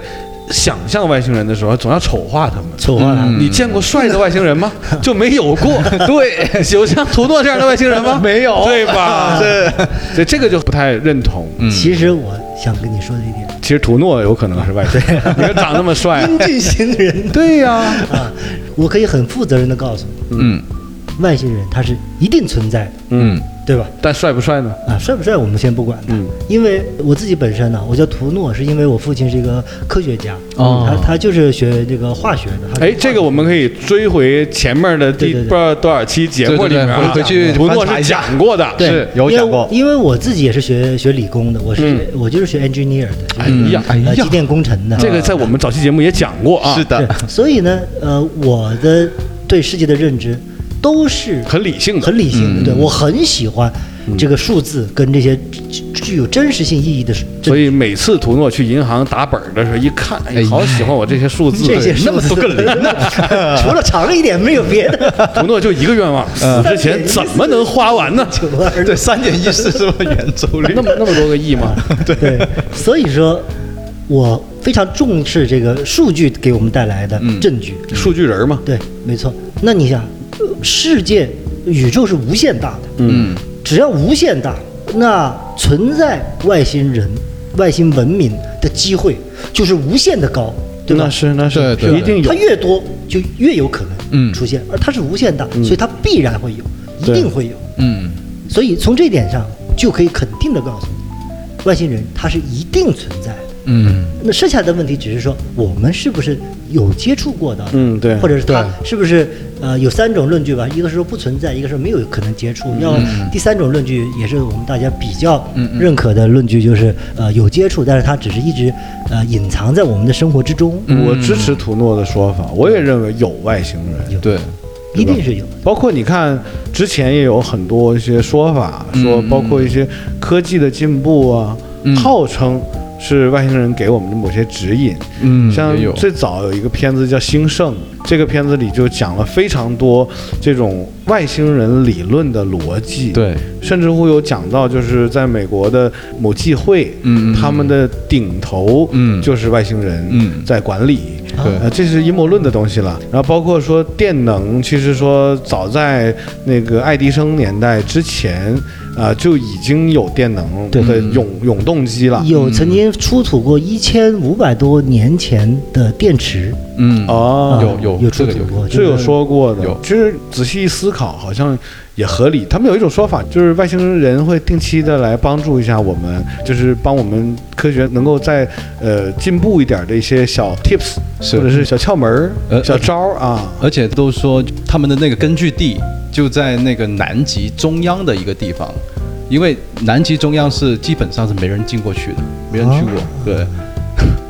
[SPEAKER 3] 想象外星人的时候，总要丑化他们。
[SPEAKER 1] 丑化他
[SPEAKER 2] 嗯
[SPEAKER 1] 们。
[SPEAKER 3] 你见过帅的外星人吗？就没有过。对，有像图诺这样的外星人吗？没有，对吧？这这这个就不太认同。
[SPEAKER 2] 嗯
[SPEAKER 1] 其实我想跟你说的一点，
[SPEAKER 3] 其实图诺有可能是外星人， *laughs* 你看长那么
[SPEAKER 1] *laughs* 嗯
[SPEAKER 3] 帅。 *laughs*
[SPEAKER 1] 英俊型人
[SPEAKER 3] 对呀、
[SPEAKER 1] 啊，我可以很负责任的告诉你，
[SPEAKER 2] 嗯
[SPEAKER 1] 外星人他是一定存在的，
[SPEAKER 2] 嗯
[SPEAKER 1] 对吧？
[SPEAKER 3] 但帅不帅呢？
[SPEAKER 1] 啊，帅不帅我们先不管他，
[SPEAKER 3] 嗯
[SPEAKER 1] 因为我自己本身呢，我叫图诺，是因为我父亲是一个科学家，
[SPEAKER 2] 哦
[SPEAKER 1] 他他就是学这个化学的。他是
[SPEAKER 3] 哎，这个我们可以追回前面的第
[SPEAKER 1] 对对对
[SPEAKER 3] 不知道多少期节目里面啊，
[SPEAKER 2] 对对对回回去
[SPEAKER 3] 不过
[SPEAKER 2] 翻查
[SPEAKER 3] 是
[SPEAKER 2] 一下
[SPEAKER 3] 讲过的，
[SPEAKER 1] 对
[SPEAKER 2] 是有
[SPEAKER 1] 因为
[SPEAKER 2] 讲过
[SPEAKER 1] 因为我自己也是学学理工的，我是、我就是学 engineer 的，就是、
[SPEAKER 2] 嗯
[SPEAKER 3] 嗯呀
[SPEAKER 2] 哎
[SPEAKER 1] 呃
[SPEAKER 2] 呀
[SPEAKER 1] 机，电工程的。
[SPEAKER 3] 这个在我们早期节目也讲过啊，
[SPEAKER 2] 是的，
[SPEAKER 1] 对，所以呢，呃，我的对世界的认知都是
[SPEAKER 3] 很理性的，嗯
[SPEAKER 1] 很理性的，对我很喜欢这个数字跟这些具具有真实性意义的数
[SPEAKER 3] 所以每次图诺去银行打本儿的时候，一看，哎，
[SPEAKER 2] 哎
[SPEAKER 3] 好喜欢我这些数字，
[SPEAKER 1] 这些
[SPEAKER 3] 那
[SPEAKER 1] 数
[SPEAKER 3] 么
[SPEAKER 1] 字
[SPEAKER 3] 多个零呢。
[SPEAKER 1] *laughs* 除了长一点没有别的。
[SPEAKER 3] 图诺就一个愿望，死之前怎么能花完呢？
[SPEAKER 1] 九
[SPEAKER 3] *laughs*
[SPEAKER 1] 二
[SPEAKER 2] *laughs* 对，三点一四是吧？圆周率
[SPEAKER 3] 那么那么多个亿吗？
[SPEAKER 1] 对，所以说，我非常重视这个数据给我们带来的
[SPEAKER 3] 嗯
[SPEAKER 1] 证据。
[SPEAKER 3] 数据人儿嘛，
[SPEAKER 1] 对，没错。那你想，呃世界宇宙是无限大的，
[SPEAKER 2] 嗯，
[SPEAKER 1] 只要无限大，那存在外星人、外星文明的机会就是无限的高，对吧？
[SPEAKER 3] 那是那是
[SPEAKER 2] 对对
[SPEAKER 3] 一定有
[SPEAKER 1] 它。越多就越有可能
[SPEAKER 2] 嗯
[SPEAKER 1] 出现，而它是无限大，
[SPEAKER 3] 嗯
[SPEAKER 1] 所以它必然会有，一定会有。
[SPEAKER 2] 嗯
[SPEAKER 1] 所以从这点上就可以肯定的告诉你，外星人它是一定存在的。
[SPEAKER 2] 嗯
[SPEAKER 1] 那剩下的问题只是说，我们是不是有接触过的？
[SPEAKER 3] 嗯对
[SPEAKER 1] 或者是他
[SPEAKER 2] 对
[SPEAKER 1] 是不是呃有三种论据吧？一个是说不存在，一个是没有可能接触。要
[SPEAKER 2] 嗯
[SPEAKER 1] 第三种论据也是我们大家比较认可的论据，就是呃有接触，但是它只是一直呃隐藏在我们的生活之中，
[SPEAKER 2] 嗯
[SPEAKER 3] 我支持图诺的说法，我也认为有外星人，
[SPEAKER 2] 对，
[SPEAKER 1] 一定是有。
[SPEAKER 3] 包括你看之前也有很多一些说法，说包括一些科技的进步啊，
[SPEAKER 2] 嗯
[SPEAKER 3] 号称是外星人给我们的某些指引。
[SPEAKER 2] 嗯
[SPEAKER 3] 像
[SPEAKER 2] 也有
[SPEAKER 3] 最早有一个片子叫《兴盛》，这个片子里就讲了非常多这种外星人理论的逻辑。。
[SPEAKER 2] 对
[SPEAKER 3] 甚至乎有讲到，就是在美国的某季会，
[SPEAKER 2] 嗯嗯嗯
[SPEAKER 3] 他们的顶头，
[SPEAKER 2] 嗯
[SPEAKER 3] 就是外星人
[SPEAKER 2] 嗯
[SPEAKER 3] 在管理，
[SPEAKER 2] 对
[SPEAKER 3] 呃，这是阴谋论的东西了。然后包括说电能，其实说早在那个爱迪生年代之前，啊、就已经有电能
[SPEAKER 1] 对
[SPEAKER 3] 的
[SPEAKER 2] 嗯
[SPEAKER 3] 永永动机了。
[SPEAKER 1] 有曾经出土过一千五百多年前的电池，
[SPEAKER 2] 嗯
[SPEAKER 3] 哦
[SPEAKER 1] 啊，
[SPEAKER 2] 有有
[SPEAKER 1] 有出
[SPEAKER 2] 这个
[SPEAKER 1] 土
[SPEAKER 2] 有
[SPEAKER 1] 过，
[SPEAKER 3] 是有说过的
[SPEAKER 2] 有。
[SPEAKER 3] 其实仔细一思考，好像也合理。他们有一种说法，就是外星人会定期的来帮助一下我们，就是帮我们科学能够再呃进步一点的一些小 tips，
[SPEAKER 2] 是
[SPEAKER 3] 或者是小窍门儿、
[SPEAKER 2] 呃
[SPEAKER 3] 小招儿啊。
[SPEAKER 2] 而且都说他们的那个根据地就在那个南极中央的一个地方，因为南极中央是基本上是没人进过去的，没人去过。对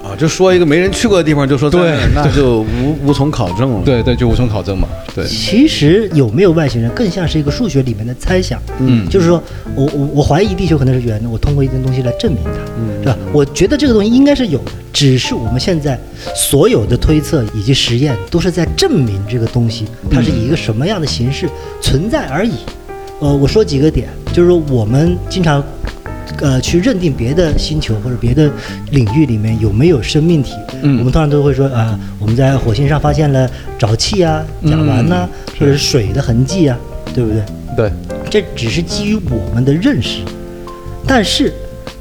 [SPEAKER 3] 啊，就说一个没人去过的地方，就说在
[SPEAKER 2] 对
[SPEAKER 3] 那儿那就无无从考证了。
[SPEAKER 2] 对对，就无从考证嘛。对，
[SPEAKER 1] 其实有没有外星人，更像是一个数学里面的猜想。
[SPEAKER 2] 嗯
[SPEAKER 1] 就是说我我我怀疑地球可能是圆的，我通过一件东西来证明它，
[SPEAKER 2] 嗯
[SPEAKER 1] 对吧？我觉得这个东西应该是有的，只是我们现在所有的推测以及实验都是在证明这个东西它是以一个什么样的形式存在而已。呃，我说几个点，就是说我们经常。呃，去认定别的星球或者别的领域里面有没有生命体，
[SPEAKER 2] 嗯
[SPEAKER 1] 我们通常都会说啊、我们在火星上发现了沼气啊、
[SPEAKER 2] 嗯
[SPEAKER 1] 甲
[SPEAKER 3] 嗯
[SPEAKER 1] 烷呐、或者是水的痕迹啊，对不对？
[SPEAKER 2] 对，
[SPEAKER 1] 这只是基于我们的认识。但是，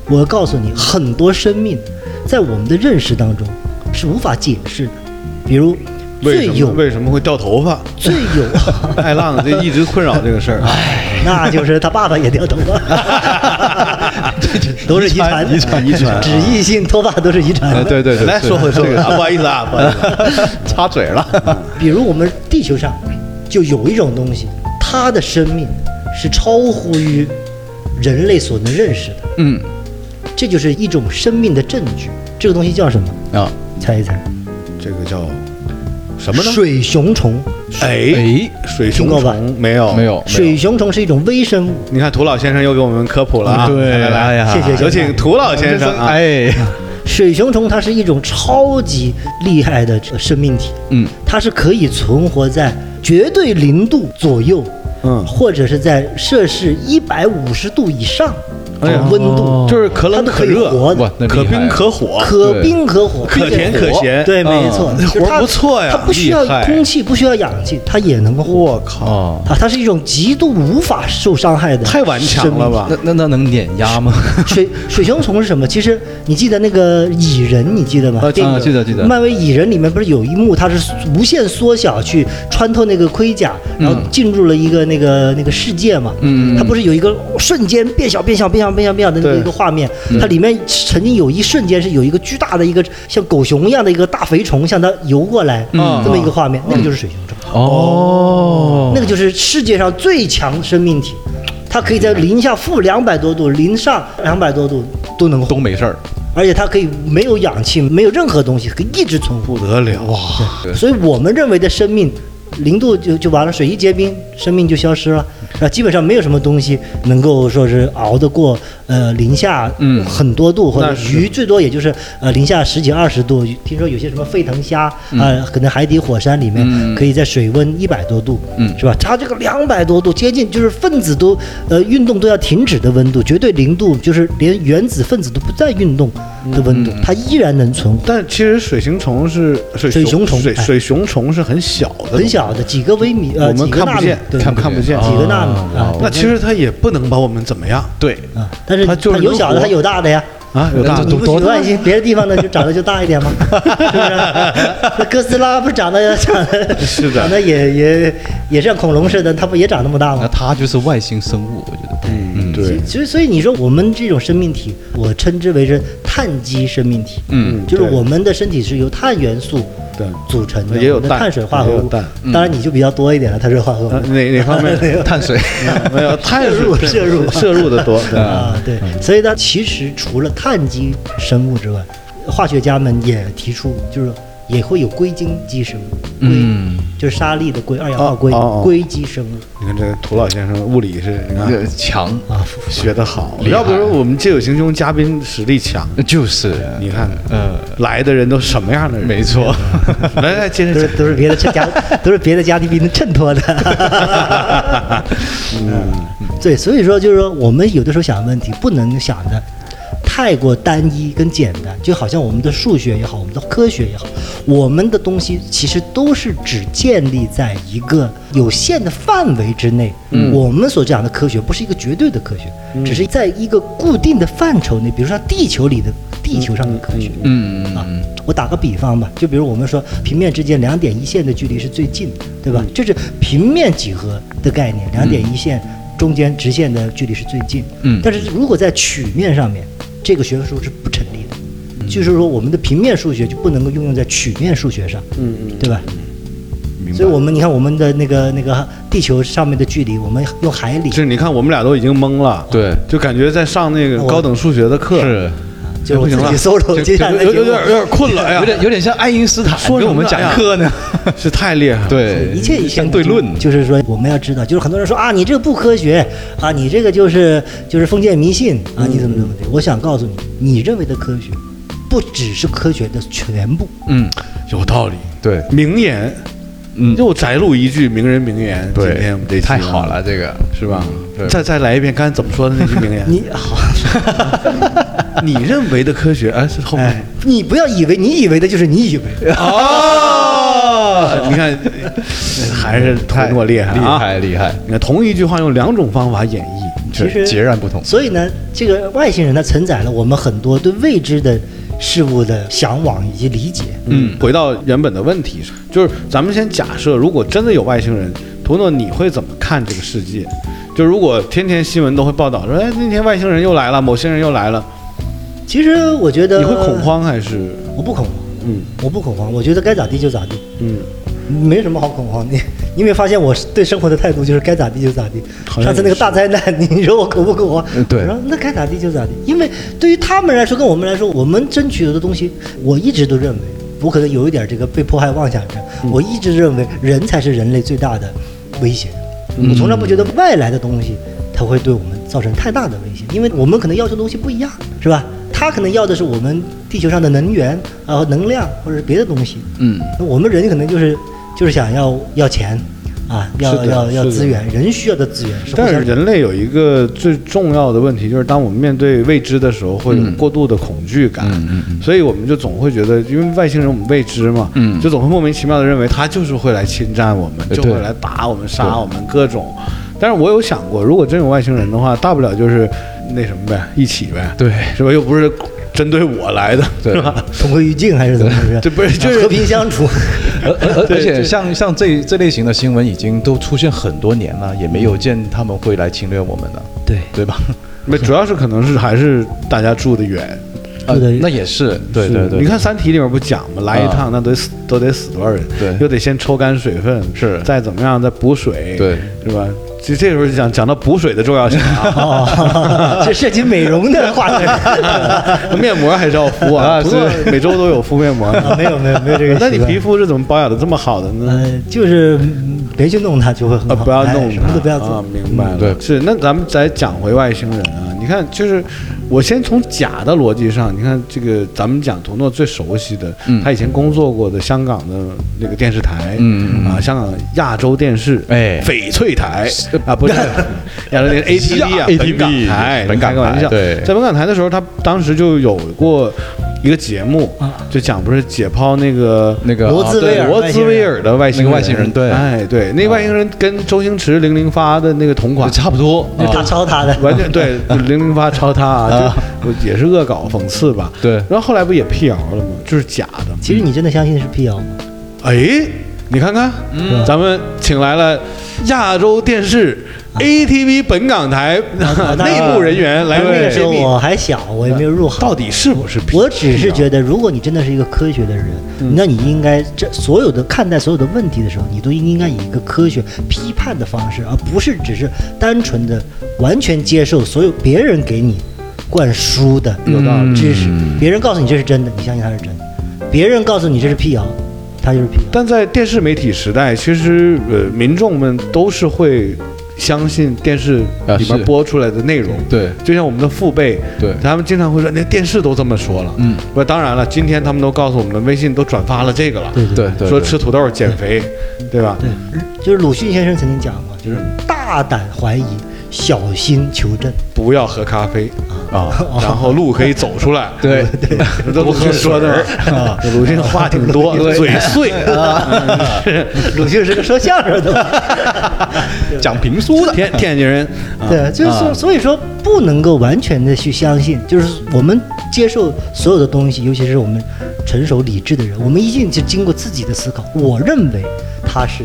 [SPEAKER 1] 我要告诉你，很多生命在我们的认识当中是无法解释的，比如
[SPEAKER 3] 为
[SPEAKER 1] 最
[SPEAKER 3] 什么
[SPEAKER 1] 有
[SPEAKER 3] 为什么会掉头发？ *laughs*
[SPEAKER 1] 最有，哎
[SPEAKER 3] 爱浪这一直困扰这
[SPEAKER 1] *laughs*
[SPEAKER 3] 个事儿。
[SPEAKER 1] 那就是他爸爸也掉头
[SPEAKER 3] *laughs*
[SPEAKER 1] 发，都是遗传的，
[SPEAKER 3] 遗传遗传啊啊
[SPEAKER 1] 脂溢性脱发都是遗传
[SPEAKER 2] 呃，
[SPEAKER 1] 的。
[SPEAKER 2] 对对对，
[SPEAKER 3] 来
[SPEAKER 2] 是
[SPEAKER 3] 说回说回，啊不好意思啊，不好意思啊，
[SPEAKER 2] 插嘴了。
[SPEAKER 1] 比如我们地球上就有一种东西，它的生命是超乎于人类所能认识的，
[SPEAKER 2] 嗯
[SPEAKER 1] 这就是一种生命的证据。这个东西叫什么？
[SPEAKER 2] 啊，
[SPEAKER 1] 猜一猜，
[SPEAKER 3] 这个叫什么呢？
[SPEAKER 1] 水熊虫。
[SPEAKER 3] 哎，
[SPEAKER 2] 哎，
[SPEAKER 3] 水
[SPEAKER 1] 听
[SPEAKER 3] 熊
[SPEAKER 1] 过吧
[SPEAKER 3] 虫没有
[SPEAKER 2] 没有
[SPEAKER 1] 水熊虫是一种微生物，
[SPEAKER 3] 你看涂老先生又给我们科普了啊！
[SPEAKER 2] 对哎
[SPEAKER 3] 来来来，
[SPEAKER 2] 呀
[SPEAKER 1] 谢谢
[SPEAKER 3] 有请涂老
[SPEAKER 2] 先
[SPEAKER 3] 先生
[SPEAKER 2] 生，
[SPEAKER 3] 啊！
[SPEAKER 2] 哎，
[SPEAKER 1] 水熊虫它是一种超级厉害的生命体，
[SPEAKER 2] 嗯，
[SPEAKER 1] 它是可以存活在绝对零度左右，
[SPEAKER 3] 嗯
[SPEAKER 1] 或者是在摄氏一百五十度以上这种温度，
[SPEAKER 3] 哎哦就是可冷
[SPEAKER 1] 它都
[SPEAKER 3] 可
[SPEAKER 1] 可以
[SPEAKER 3] 热，
[SPEAKER 1] 活
[SPEAKER 2] 哇
[SPEAKER 1] 的，，
[SPEAKER 2] 那
[SPEAKER 3] 可
[SPEAKER 2] 厉害
[SPEAKER 3] 冰可火，
[SPEAKER 1] 可冰可火，
[SPEAKER 3] 可甜可咸。
[SPEAKER 1] 对，没错，就是
[SPEAKER 3] 活儿
[SPEAKER 1] 它
[SPEAKER 3] 不错呀
[SPEAKER 1] 它不需要
[SPEAKER 3] 厉害
[SPEAKER 1] 空气，不需要氧气，它也能活。
[SPEAKER 5] 我靠，
[SPEAKER 2] *laughs* 哦，
[SPEAKER 1] 啊，它是一种极度无法受伤害的，
[SPEAKER 3] 太顽强了吧？
[SPEAKER 2] 那那那能碾压
[SPEAKER 3] *laughs*
[SPEAKER 2] 吗？
[SPEAKER 1] *laughs* 水水熊虫是什么？其实你记得那个蚁人，你记得吗
[SPEAKER 2] 啊？
[SPEAKER 1] 电影
[SPEAKER 2] 记得记得
[SPEAKER 1] 漫威蚁人里面不是有一幕，它是无限缩小去穿透那个盔甲，然后进入了一个那个那个世界嘛。
[SPEAKER 2] 嗯嗯嗯
[SPEAKER 1] 它不是有一个瞬间变小、变小、变小、变小、变小的那
[SPEAKER 3] 对
[SPEAKER 1] 个一个画面？它里面曾经有一瞬间是有一个巨大的一个像狗熊一样的一个大肥虫向它游过来，
[SPEAKER 2] 嗯
[SPEAKER 1] 这么一个画面，那个就是水熊虫。
[SPEAKER 2] 哦，
[SPEAKER 1] 那个就是世界上最强生命体，它可以在零下负两百多度、零上两百多度都能
[SPEAKER 2] 都
[SPEAKER 1] 活，
[SPEAKER 2] 没事儿，
[SPEAKER 1] 而且它可以没有氧气、没有任何东西，可以一直存活。
[SPEAKER 3] 不得了哇！
[SPEAKER 2] 对
[SPEAKER 1] 所以我们认为的生命，零度就就完了，水一结冰，生命就消失了。啊，基本上没有什么东西能够说是熬得过呃零下
[SPEAKER 2] 嗯
[SPEAKER 1] 很多度，或者
[SPEAKER 3] 那是
[SPEAKER 1] 鱼最多也就是呃零下十几二十度。听说有些什么沸腾虾啊、可能海底火山里面
[SPEAKER 2] 嗯
[SPEAKER 1] 可以在水温一百多度，
[SPEAKER 2] 嗯
[SPEAKER 1] 是吧？它这个两百多度，接近就是分子都呃运动都要停止的温度，绝对零度就是连原子分子都不再运动的温度，它依然能存活。
[SPEAKER 3] 但其实水形虫是水
[SPEAKER 1] 水熊虫
[SPEAKER 3] 水
[SPEAKER 1] 哎
[SPEAKER 3] 水熊虫是很小的，
[SPEAKER 1] 很小的几个微米，呃，
[SPEAKER 3] 我们
[SPEAKER 1] 几个
[SPEAKER 3] 看
[SPEAKER 1] 纳
[SPEAKER 3] 不
[SPEAKER 1] 米
[SPEAKER 3] 见
[SPEAKER 1] 对
[SPEAKER 3] 看看不见
[SPEAKER 1] 几个纳米啊
[SPEAKER 2] 哦
[SPEAKER 3] 那其实它也不能把我们怎么样，
[SPEAKER 2] 对，
[SPEAKER 1] 啊，但是
[SPEAKER 3] 它就是
[SPEAKER 1] 有小的，
[SPEAKER 3] 能
[SPEAKER 1] 它
[SPEAKER 3] 活
[SPEAKER 1] 有大的呀。
[SPEAKER 3] 啊，有大
[SPEAKER 2] 那
[SPEAKER 3] 的
[SPEAKER 1] 你不许外星，别的地方的就长得就大一点
[SPEAKER 3] *laughs*
[SPEAKER 1] 吗？是不是？那哥斯拉不是长得长得
[SPEAKER 3] 是的
[SPEAKER 1] 长得也也也像恐龙似的，它不也长那么大
[SPEAKER 2] 那
[SPEAKER 1] 吗？
[SPEAKER 2] 它就是外星生物，我觉得，嗯
[SPEAKER 3] 啊对
[SPEAKER 1] 所以所以你说我们这种生命体，我称之为是碳基生命体。
[SPEAKER 2] 嗯
[SPEAKER 1] 就是
[SPEAKER 3] 对
[SPEAKER 1] 我们的身体是由碳元素
[SPEAKER 3] 对
[SPEAKER 1] 组成的，
[SPEAKER 3] 也有
[SPEAKER 1] 我们的
[SPEAKER 3] 氮
[SPEAKER 1] 碳水化合
[SPEAKER 3] 也有
[SPEAKER 1] 物。
[SPEAKER 3] 氮
[SPEAKER 1] 当然你就比较多一点了，碳水化合物。
[SPEAKER 3] 啊哪哪
[SPEAKER 1] *laughs*
[SPEAKER 3] 方面
[SPEAKER 2] 碳
[SPEAKER 3] *laughs*
[SPEAKER 2] 水，啊
[SPEAKER 3] 没有碳水
[SPEAKER 1] 摄入 *laughs* 摄入
[SPEAKER 3] 摄入的多，
[SPEAKER 1] *laughs*
[SPEAKER 3] 对
[SPEAKER 1] 啊，对，所以它其实除了碳基生物之外，化学家们也提出，就是也会有硅基基生物，硅、
[SPEAKER 2] 嗯
[SPEAKER 1] 就是沙粒的硅，二氧化硅，
[SPEAKER 3] 哦哦哦
[SPEAKER 1] 硅基生物
[SPEAKER 3] 你看这涂老先生物理是，你看
[SPEAKER 2] 强，
[SPEAKER 1] 啊，
[SPEAKER 3] 学得好，
[SPEAKER 2] 厉害
[SPEAKER 3] 要不说我们借酒行凶嘉宾实力强，
[SPEAKER 2] 就是，
[SPEAKER 1] 嗯
[SPEAKER 3] 你看
[SPEAKER 2] 呃，
[SPEAKER 3] 来的人都什么样的人？
[SPEAKER 2] 没错，
[SPEAKER 3] *laughs* 来来接
[SPEAKER 1] 都是都是
[SPEAKER 3] 着讲，
[SPEAKER 1] 别的 *laughs* 家，都是别的家庭能衬托的。 *laughs* 嗯，对，所以说就是说，我们有的时候想问题，不能想的太过单一跟简单，就好像我们的数学也好，我们的科学也好，我们的东西其实都是只建立在一个有限的范围之内。嗯，我们所讲的科学不是一个绝对的科学，只是在一个固定的范畴内，比如说地球里的地球上的科学。
[SPEAKER 2] 嗯
[SPEAKER 1] 啊，我打个比方吧，就比如我们说平面之间两点一线的距离是最近的，对吧？这是平面几何的概念，两点一线中间直线的距离是最近。
[SPEAKER 2] 嗯
[SPEAKER 1] 但是如果在曲面上面，这个学术是不成立的，就是说我们的平面数学就不能够应用在曲面数学上，嗯嗯，对吧？
[SPEAKER 2] 明白
[SPEAKER 1] 所以我们你看我们的那个那个地球上面的距离，我们用海里
[SPEAKER 3] 就是你看我们俩都已经懵了，
[SPEAKER 2] 对
[SPEAKER 3] 就感觉在上那个
[SPEAKER 1] 我
[SPEAKER 3] 高等数学的课，
[SPEAKER 2] 是。
[SPEAKER 1] 就是我自
[SPEAKER 3] 不
[SPEAKER 2] 哎
[SPEAKER 3] 行了
[SPEAKER 1] 己 solo 接下来的
[SPEAKER 3] 有有有
[SPEAKER 1] 题啊目
[SPEAKER 3] 点有点困了，哎呀
[SPEAKER 2] 有，点有点像爱因斯坦
[SPEAKER 3] 说
[SPEAKER 2] 跟
[SPEAKER 3] 什
[SPEAKER 2] 我们
[SPEAKER 3] 么呢
[SPEAKER 2] 讲课呢，
[SPEAKER 3] *laughs* 是太厉害了，
[SPEAKER 2] 对，
[SPEAKER 1] 一切以前
[SPEAKER 2] 相对论，
[SPEAKER 1] 就是说我们要知道，就是很多人说啊，你这个不科学啊，你这个就是就是封建迷信
[SPEAKER 2] 嗯
[SPEAKER 1] 啊，你怎么怎么的。我想告诉你，你认为的科学，不只是科学的全部。，
[SPEAKER 2] 嗯，
[SPEAKER 3] 有道理，
[SPEAKER 2] 对，
[SPEAKER 3] 名言，
[SPEAKER 2] 嗯
[SPEAKER 3] 又摘录一句名人名言，今天我们这期
[SPEAKER 2] 太好，了，这个
[SPEAKER 3] 是吧
[SPEAKER 2] 对？
[SPEAKER 3] 再再来一遍刚才怎么说的那句名言
[SPEAKER 2] *laughs* 嗯
[SPEAKER 1] 你好，
[SPEAKER 3] 你认为的科学，哎，是后
[SPEAKER 1] 哎
[SPEAKER 3] 面，
[SPEAKER 1] 你不要以为你以为的就是你以为，
[SPEAKER 3] 哦，
[SPEAKER 2] *laughs*
[SPEAKER 3] 你看还是童诺厉害
[SPEAKER 2] 厉
[SPEAKER 3] 啊，
[SPEAKER 2] 害厉害，
[SPEAKER 3] 你看同一句话用两种方法演绎，
[SPEAKER 1] 其实
[SPEAKER 2] *laughs* 是截然不同，
[SPEAKER 1] 所以呢，这个外星人它承载了我们很多对未知的事物的向往以及理解。
[SPEAKER 3] 嗯，回到原本的问题，就是咱们先假设，如果真的有外星人，图诺你会怎么看这个世界？就如果天天新闻都会报道说，哎，那天外星人又来了，某些人又来了，
[SPEAKER 1] 其实我觉得
[SPEAKER 3] 你会恐，慌还是？
[SPEAKER 1] 我不恐慌，
[SPEAKER 3] 嗯
[SPEAKER 1] 我不恐慌，我觉得该咋地就咋地。
[SPEAKER 3] 嗯，
[SPEAKER 1] 没什么好恐慌，你你有没有发现我对生活的态度就是该咋地就咋地？
[SPEAKER 3] 好像
[SPEAKER 1] 上次那个大灾难，你说我恐不恐慌
[SPEAKER 2] 嗯？对
[SPEAKER 1] 我说那该咋地就咋地，因为对于他们来说跟我们来说，我们争取的东西，我一直都认为，我可能有一点这个被迫害妄想症，
[SPEAKER 3] 嗯
[SPEAKER 1] 我一直认为人才是人类最大的威胁。
[SPEAKER 3] 嗯
[SPEAKER 1] 我从来不觉得外来的东西它会对我们造成太大的威胁，因为我们可能要求的东西不一样，是吧？他可能要的是我们地球上的能源啊、能量或者是别的东西，
[SPEAKER 2] 嗯
[SPEAKER 1] 那我们人可能就是就是想要要钱啊，要
[SPEAKER 3] 是的
[SPEAKER 1] 要要
[SPEAKER 3] 是的
[SPEAKER 1] 资源，人需要的资源是互
[SPEAKER 3] 但是
[SPEAKER 1] 相
[SPEAKER 3] 人类有一个最重要的问题，就是当我们面对未知的时候，会有
[SPEAKER 2] 嗯
[SPEAKER 3] 过度的恐惧感，所以我们就总会觉得，因为外星人我们未知嘛，
[SPEAKER 2] 嗯呃
[SPEAKER 3] 就总会莫名其妙的认为他就是会来侵占我们，
[SPEAKER 2] 对
[SPEAKER 3] 就会来打我们、杀我们各种。但是我有想过，如果真有外星人的话，大不了就是那什么呗，一起呗，
[SPEAKER 2] 对
[SPEAKER 3] 是吧？又不是针对我来的，
[SPEAKER 2] 对
[SPEAKER 3] 是吧？
[SPEAKER 1] 同归于尽还是怎么回事？
[SPEAKER 3] *laughs*
[SPEAKER 1] 啊
[SPEAKER 3] 这不是就是
[SPEAKER 1] 和平相
[SPEAKER 3] *laughs*
[SPEAKER 1] 处。
[SPEAKER 2] 而而而且像像这这类型的新闻已经都出现很多年了，也没有见他们会来侵略我们的，
[SPEAKER 1] 对，
[SPEAKER 2] 对吧？
[SPEAKER 3] 那主要是可能是还是大家住得远。
[SPEAKER 2] 呃
[SPEAKER 1] 住得
[SPEAKER 2] 那也是，对
[SPEAKER 3] 是
[SPEAKER 2] 对对，啊
[SPEAKER 3] 你看《三体》里面不讲吗？来一趟那得死都得死多少人？
[SPEAKER 2] 对
[SPEAKER 3] 又得先抽干水分，
[SPEAKER 2] 是
[SPEAKER 3] 再怎么样再补水，
[SPEAKER 2] 对，
[SPEAKER 3] 是吧？其实这时候就讲讲到补水的重要性啊，
[SPEAKER 2] *laughs*
[SPEAKER 3] *laughs*
[SPEAKER 1] 哦，这涉及美容的话题。
[SPEAKER 3] 面膜还是要敷啊，
[SPEAKER 2] 啊
[SPEAKER 3] 不过
[SPEAKER 2] 是
[SPEAKER 3] 每周都有敷面膜。
[SPEAKER 1] *laughs* 啊没有没有没有这个习
[SPEAKER 3] 那
[SPEAKER 1] 惯。
[SPEAKER 3] 你皮肤是怎么保养的这么好的呢？
[SPEAKER 1] 呃，就是嗯别去弄它，就会很
[SPEAKER 3] 啊，
[SPEAKER 1] 好。
[SPEAKER 3] 不要
[SPEAKER 1] 哎
[SPEAKER 3] 弄它，
[SPEAKER 1] 什么都不要
[SPEAKER 3] 啊
[SPEAKER 1] 做。，
[SPEAKER 3] 明白了。
[SPEAKER 2] 对
[SPEAKER 3] 是那咱们再讲回外星人啊，你看，就是我先从假的逻辑上，你看这个咱们讲图诺最熟悉的，
[SPEAKER 2] 嗯
[SPEAKER 3] 他以前工作过的香港的那个电视台，
[SPEAKER 2] 嗯嗯嗯
[SPEAKER 3] 啊，香港亚洲电视，
[SPEAKER 2] 哎
[SPEAKER 3] 翡翠台啊，不是 *laughs* 亚洲电视 ATV 啊，
[SPEAKER 2] ATV
[SPEAKER 3] 本港台，
[SPEAKER 2] 本港
[SPEAKER 3] 开个玩
[SPEAKER 2] 台
[SPEAKER 3] 笑，
[SPEAKER 2] 对
[SPEAKER 3] 在本港台的时候，他当时就有过一个节目
[SPEAKER 1] 啊，
[SPEAKER 3] 就讲不是解剖那个
[SPEAKER 2] 那个
[SPEAKER 1] 罗兹
[SPEAKER 2] 啊对
[SPEAKER 1] 威尔
[SPEAKER 3] 罗
[SPEAKER 1] 外
[SPEAKER 3] 兹
[SPEAKER 1] 星人
[SPEAKER 3] 威尔的外星
[SPEAKER 2] 那个外星人对
[SPEAKER 3] 哎，对，那外星人跟周星驰零零发的那个同款，
[SPEAKER 2] 差不多，
[SPEAKER 1] 啊
[SPEAKER 2] 啊
[SPEAKER 1] 就他抄他的，
[SPEAKER 3] 完全
[SPEAKER 1] *laughs*
[SPEAKER 3] 对，零零发抄他啊，就也是恶搞讽刺吧。
[SPEAKER 2] 对
[SPEAKER 3] 然后后来不也辟谣了吗？就是假的嘛。
[SPEAKER 1] 其实你真的相信是辟谣
[SPEAKER 3] *laughs*
[SPEAKER 1] 吗？
[SPEAKER 3] 哎，你看看，
[SPEAKER 1] 嗯
[SPEAKER 3] 咱们请来了亚洲电视
[SPEAKER 1] 啊
[SPEAKER 3] ATV 本港台
[SPEAKER 1] 那
[SPEAKER 3] *laughs* 内部人员来
[SPEAKER 1] 那个时
[SPEAKER 3] 揭
[SPEAKER 1] 候
[SPEAKER 3] 秘，
[SPEAKER 1] 啊我还小，我也没有入行。
[SPEAKER 3] 到底是不是辟谣？
[SPEAKER 1] 我只是觉得，如果你真的是一个科学的人，那你应该这所有的看待所有的问题的时候，你都应该以一个科学批判的方式，而不是只是单纯的完全接受所有别人给你灌输的知识。别人告诉你这是真的，你相信它是真的；别人告诉你这是辟谣，它就是辟谣。
[SPEAKER 3] 但在电视媒体时代，其实呃，民众们都是会相信电视
[SPEAKER 2] 啊
[SPEAKER 3] 里
[SPEAKER 2] 是
[SPEAKER 3] 面播出来的内容。
[SPEAKER 2] 对
[SPEAKER 3] 就像我们的父辈，
[SPEAKER 2] 对
[SPEAKER 3] 他们经常会说，那电视都这么说了。
[SPEAKER 2] 嗯，
[SPEAKER 3] 不，当然了，今天他们都告诉我们，微信都转发了这个了，
[SPEAKER 1] 对对
[SPEAKER 2] 对对，
[SPEAKER 3] 说吃土豆减肥，对吧？
[SPEAKER 1] 就是鲁迅先生曾经讲过，就是大胆怀疑，小心求证。
[SPEAKER 3] 不要喝咖啡，
[SPEAKER 2] 啊，
[SPEAKER 1] *laughs*
[SPEAKER 3] 然后路可以走出来。
[SPEAKER 2] 对，
[SPEAKER 3] 这 *laughs* 都鲁迅说的嘛啊，鲁迅话挺多，嘴碎 *laughs* 啊， *laughs* 是
[SPEAKER 1] 鲁迅是个说相声的嘛。
[SPEAKER 2] 讲评书的，
[SPEAKER 3] 天天津人啊
[SPEAKER 1] 对，就是说，所以说不能够完全的去相信，就是我们接受所有的东西，尤其是我们成熟理智的人，我们一定就经过自己的思考，我认为他是，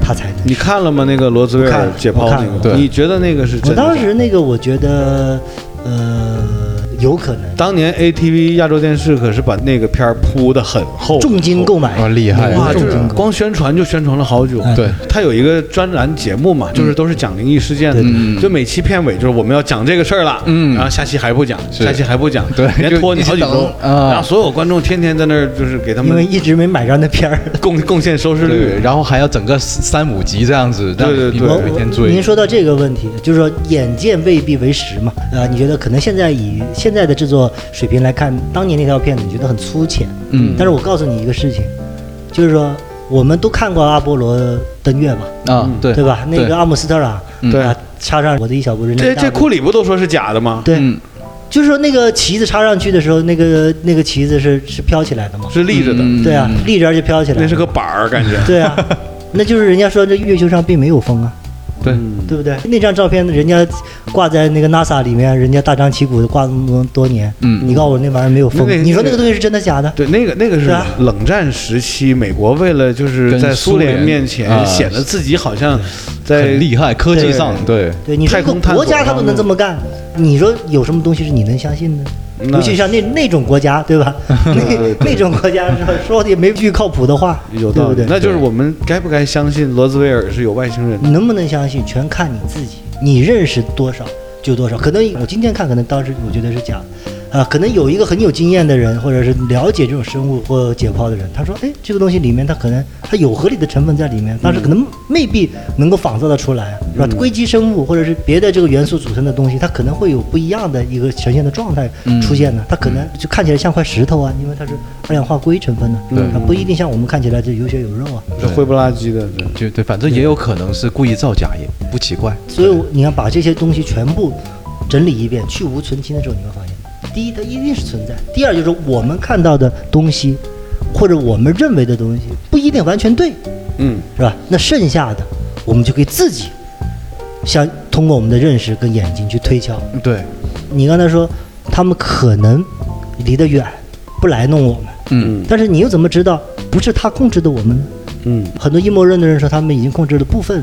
[SPEAKER 1] 他才能
[SPEAKER 3] 你
[SPEAKER 1] 是。
[SPEAKER 3] 看了吗？那个罗兹威
[SPEAKER 1] 我看
[SPEAKER 3] 尔
[SPEAKER 1] 了
[SPEAKER 3] 解剖
[SPEAKER 1] 我看
[SPEAKER 3] 那
[SPEAKER 1] 了
[SPEAKER 3] 个，
[SPEAKER 2] 对
[SPEAKER 3] 你觉得那个是真
[SPEAKER 1] 我
[SPEAKER 3] 的吗？
[SPEAKER 1] 当时那个，我觉得，呃，有可能
[SPEAKER 3] 当年 ATV 亚洲电视可是把那个片儿铺的很厚，
[SPEAKER 1] 重金购买
[SPEAKER 2] 啊，厉害
[SPEAKER 3] 哇，
[SPEAKER 1] 哇，
[SPEAKER 3] 就
[SPEAKER 1] 重
[SPEAKER 3] 是
[SPEAKER 1] 金购
[SPEAKER 3] 光宣传就宣传了好久。
[SPEAKER 1] 哎
[SPEAKER 2] 对
[SPEAKER 3] 他有一个专栏节目嘛，就是都是讲灵异事件的
[SPEAKER 1] 嗯对
[SPEAKER 2] 对，对
[SPEAKER 3] 就每期片尾就是我们要讲这个事儿了，
[SPEAKER 2] 嗯
[SPEAKER 3] 然后下期还不讲，
[SPEAKER 2] 是
[SPEAKER 3] 下期还不讲，
[SPEAKER 2] 对
[SPEAKER 3] 连拖你好几
[SPEAKER 2] 就一直
[SPEAKER 3] 周，
[SPEAKER 2] 等啊
[SPEAKER 3] 然后所有观众天天在那儿就是给他
[SPEAKER 1] 买，因为
[SPEAKER 3] 们
[SPEAKER 1] 一直没买上那片儿。
[SPEAKER 3] 贡贡献收视
[SPEAKER 2] 对，
[SPEAKER 3] 率，
[SPEAKER 2] 然后还要整个三五集这样子，
[SPEAKER 3] 对
[SPEAKER 2] 让
[SPEAKER 3] 对
[SPEAKER 2] 你
[SPEAKER 3] 对
[SPEAKER 1] 我
[SPEAKER 2] 们每天
[SPEAKER 1] 我
[SPEAKER 2] 追
[SPEAKER 1] 您。说到这个问题，就是说眼见未必为实嘛。呃，你觉得可能现在以现在的制作水平来看，当年那条片子你觉得很粗浅，
[SPEAKER 2] 嗯
[SPEAKER 1] 但是我告诉你一个事情，就是说我们都看过阿波罗登月吧，
[SPEAKER 2] 啊，对
[SPEAKER 1] 对吧？那
[SPEAKER 2] 对
[SPEAKER 1] 个阿姆斯特朗，
[SPEAKER 2] 嗯
[SPEAKER 1] 啊，插上我的一小步人
[SPEAKER 3] 这
[SPEAKER 1] 类大
[SPEAKER 3] 这
[SPEAKER 1] 步，
[SPEAKER 3] 库里不都说是假的吗？
[SPEAKER 1] 对，
[SPEAKER 2] 嗯
[SPEAKER 1] 就是说那个旗子插上去的时候，那个那个旗子是是飘起来的嘛？
[SPEAKER 3] 是立着的，
[SPEAKER 2] 嗯
[SPEAKER 1] 对啊，立着而且飘起来，
[SPEAKER 3] 那是个板儿，感觉
[SPEAKER 1] 对
[SPEAKER 3] *laughs*
[SPEAKER 1] 啊，那就是人家说这月球上并没有风啊。
[SPEAKER 2] 对
[SPEAKER 3] 嗯
[SPEAKER 1] 对不对？那张照片人家挂在那个 NASA 里面，人家大张旗鼓的挂那么多多年，
[SPEAKER 2] 嗯
[SPEAKER 1] 你告诉我那玩意儿没有风
[SPEAKER 3] 那，
[SPEAKER 1] 你说那个东西是真的假的？
[SPEAKER 3] 对，那个那个是
[SPEAKER 1] 是啊
[SPEAKER 3] 冷战时期，美国为了就是
[SPEAKER 2] 跟
[SPEAKER 3] 在
[SPEAKER 2] 苏
[SPEAKER 3] 苏联
[SPEAKER 2] 联
[SPEAKER 3] 面前
[SPEAKER 2] 啊
[SPEAKER 3] 显得自己好像在
[SPEAKER 2] 很厉害，科技上对
[SPEAKER 1] 对，你说
[SPEAKER 3] 太
[SPEAKER 1] 一个
[SPEAKER 3] 空探索
[SPEAKER 1] 国家他都能这么干，你说有什么东西是你能相信的？
[SPEAKER 3] 那
[SPEAKER 1] 尤其像那那种国家，对
[SPEAKER 3] *laughs*
[SPEAKER 1] 吧？那那种国家说说的也没句靠谱的话，
[SPEAKER 3] 有
[SPEAKER 1] 对
[SPEAKER 3] 道
[SPEAKER 1] 不
[SPEAKER 3] 理，
[SPEAKER 1] 对？嗯
[SPEAKER 3] 那就是我们该不该相信罗兹威尔是有外星人的？
[SPEAKER 1] 你能不能相信，全看你自己，你认识多少就多少。可能我今天看，可能当时我觉得是假的，呃，可能有一个很有经验的人，或者是了解这种生物或解剖的人，他说，哎，这个东西里面它可能它有合理的成分在里面，但是可能未必能够仿造的出来，是吧？硅基生物或者是别的这个元素组成的东西，它可能会有不一样的一个呈现的状态出现呢。它可能就看起来像块石头啊，因为它是二氧化硅成分呢、它不一定像我们看起来就有血有肉啊。
[SPEAKER 3] 这灰不拉几的，对
[SPEAKER 2] 就对，反正也有可能是故意造假，也不奇怪。
[SPEAKER 1] 所以你要把这些东西全部整理一遍，去无存菁的时候，你会发现，第一，它一定是存在；第二，就是我们看到的东西，或者我们认为的东西，不一定完全对，
[SPEAKER 3] 嗯，
[SPEAKER 1] 是吧？那剩下的，我们就可以自己想通过我们的认识跟眼睛去推敲。
[SPEAKER 2] 对，
[SPEAKER 1] 你刚才说，他们可能离得远，不来弄我们，
[SPEAKER 2] 嗯，
[SPEAKER 1] 但是你又怎么知道不是他控制的我们呢？
[SPEAKER 3] 嗯，
[SPEAKER 1] 很多阴谋论的人说他们已经控制了部分，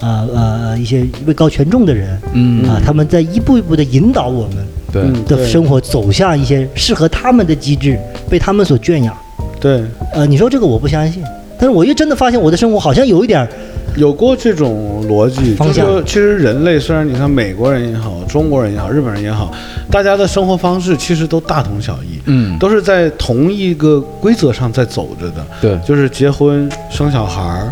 [SPEAKER 1] 啊呃一些位高权重的人，
[SPEAKER 2] 嗯
[SPEAKER 1] 啊、他们在一步一步的引导我们
[SPEAKER 2] 对，
[SPEAKER 3] 嗯
[SPEAKER 1] 的生活走向一些适合他们的机制，被他们所圈养。
[SPEAKER 3] 对，
[SPEAKER 1] 呃，你说这个我不相信，但是我又真的发现我的生活好像有一点儿，
[SPEAKER 3] 有过这种逻辑，
[SPEAKER 1] 方
[SPEAKER 3] 就是
[SPEAKER 1] 向
[SPEAKER 3] 说，其实人类虽然你看美国人也好，中国人也好，日本人也好，大家的生活方式其实都大同小异，
[SPEAKER 2] 嗯，
[SPEAKER 3] 都是在同一个规则上在走着的，
[SPEAKER 2] 对，
[SPEAKER 3] 就是结婚、生小孩儿，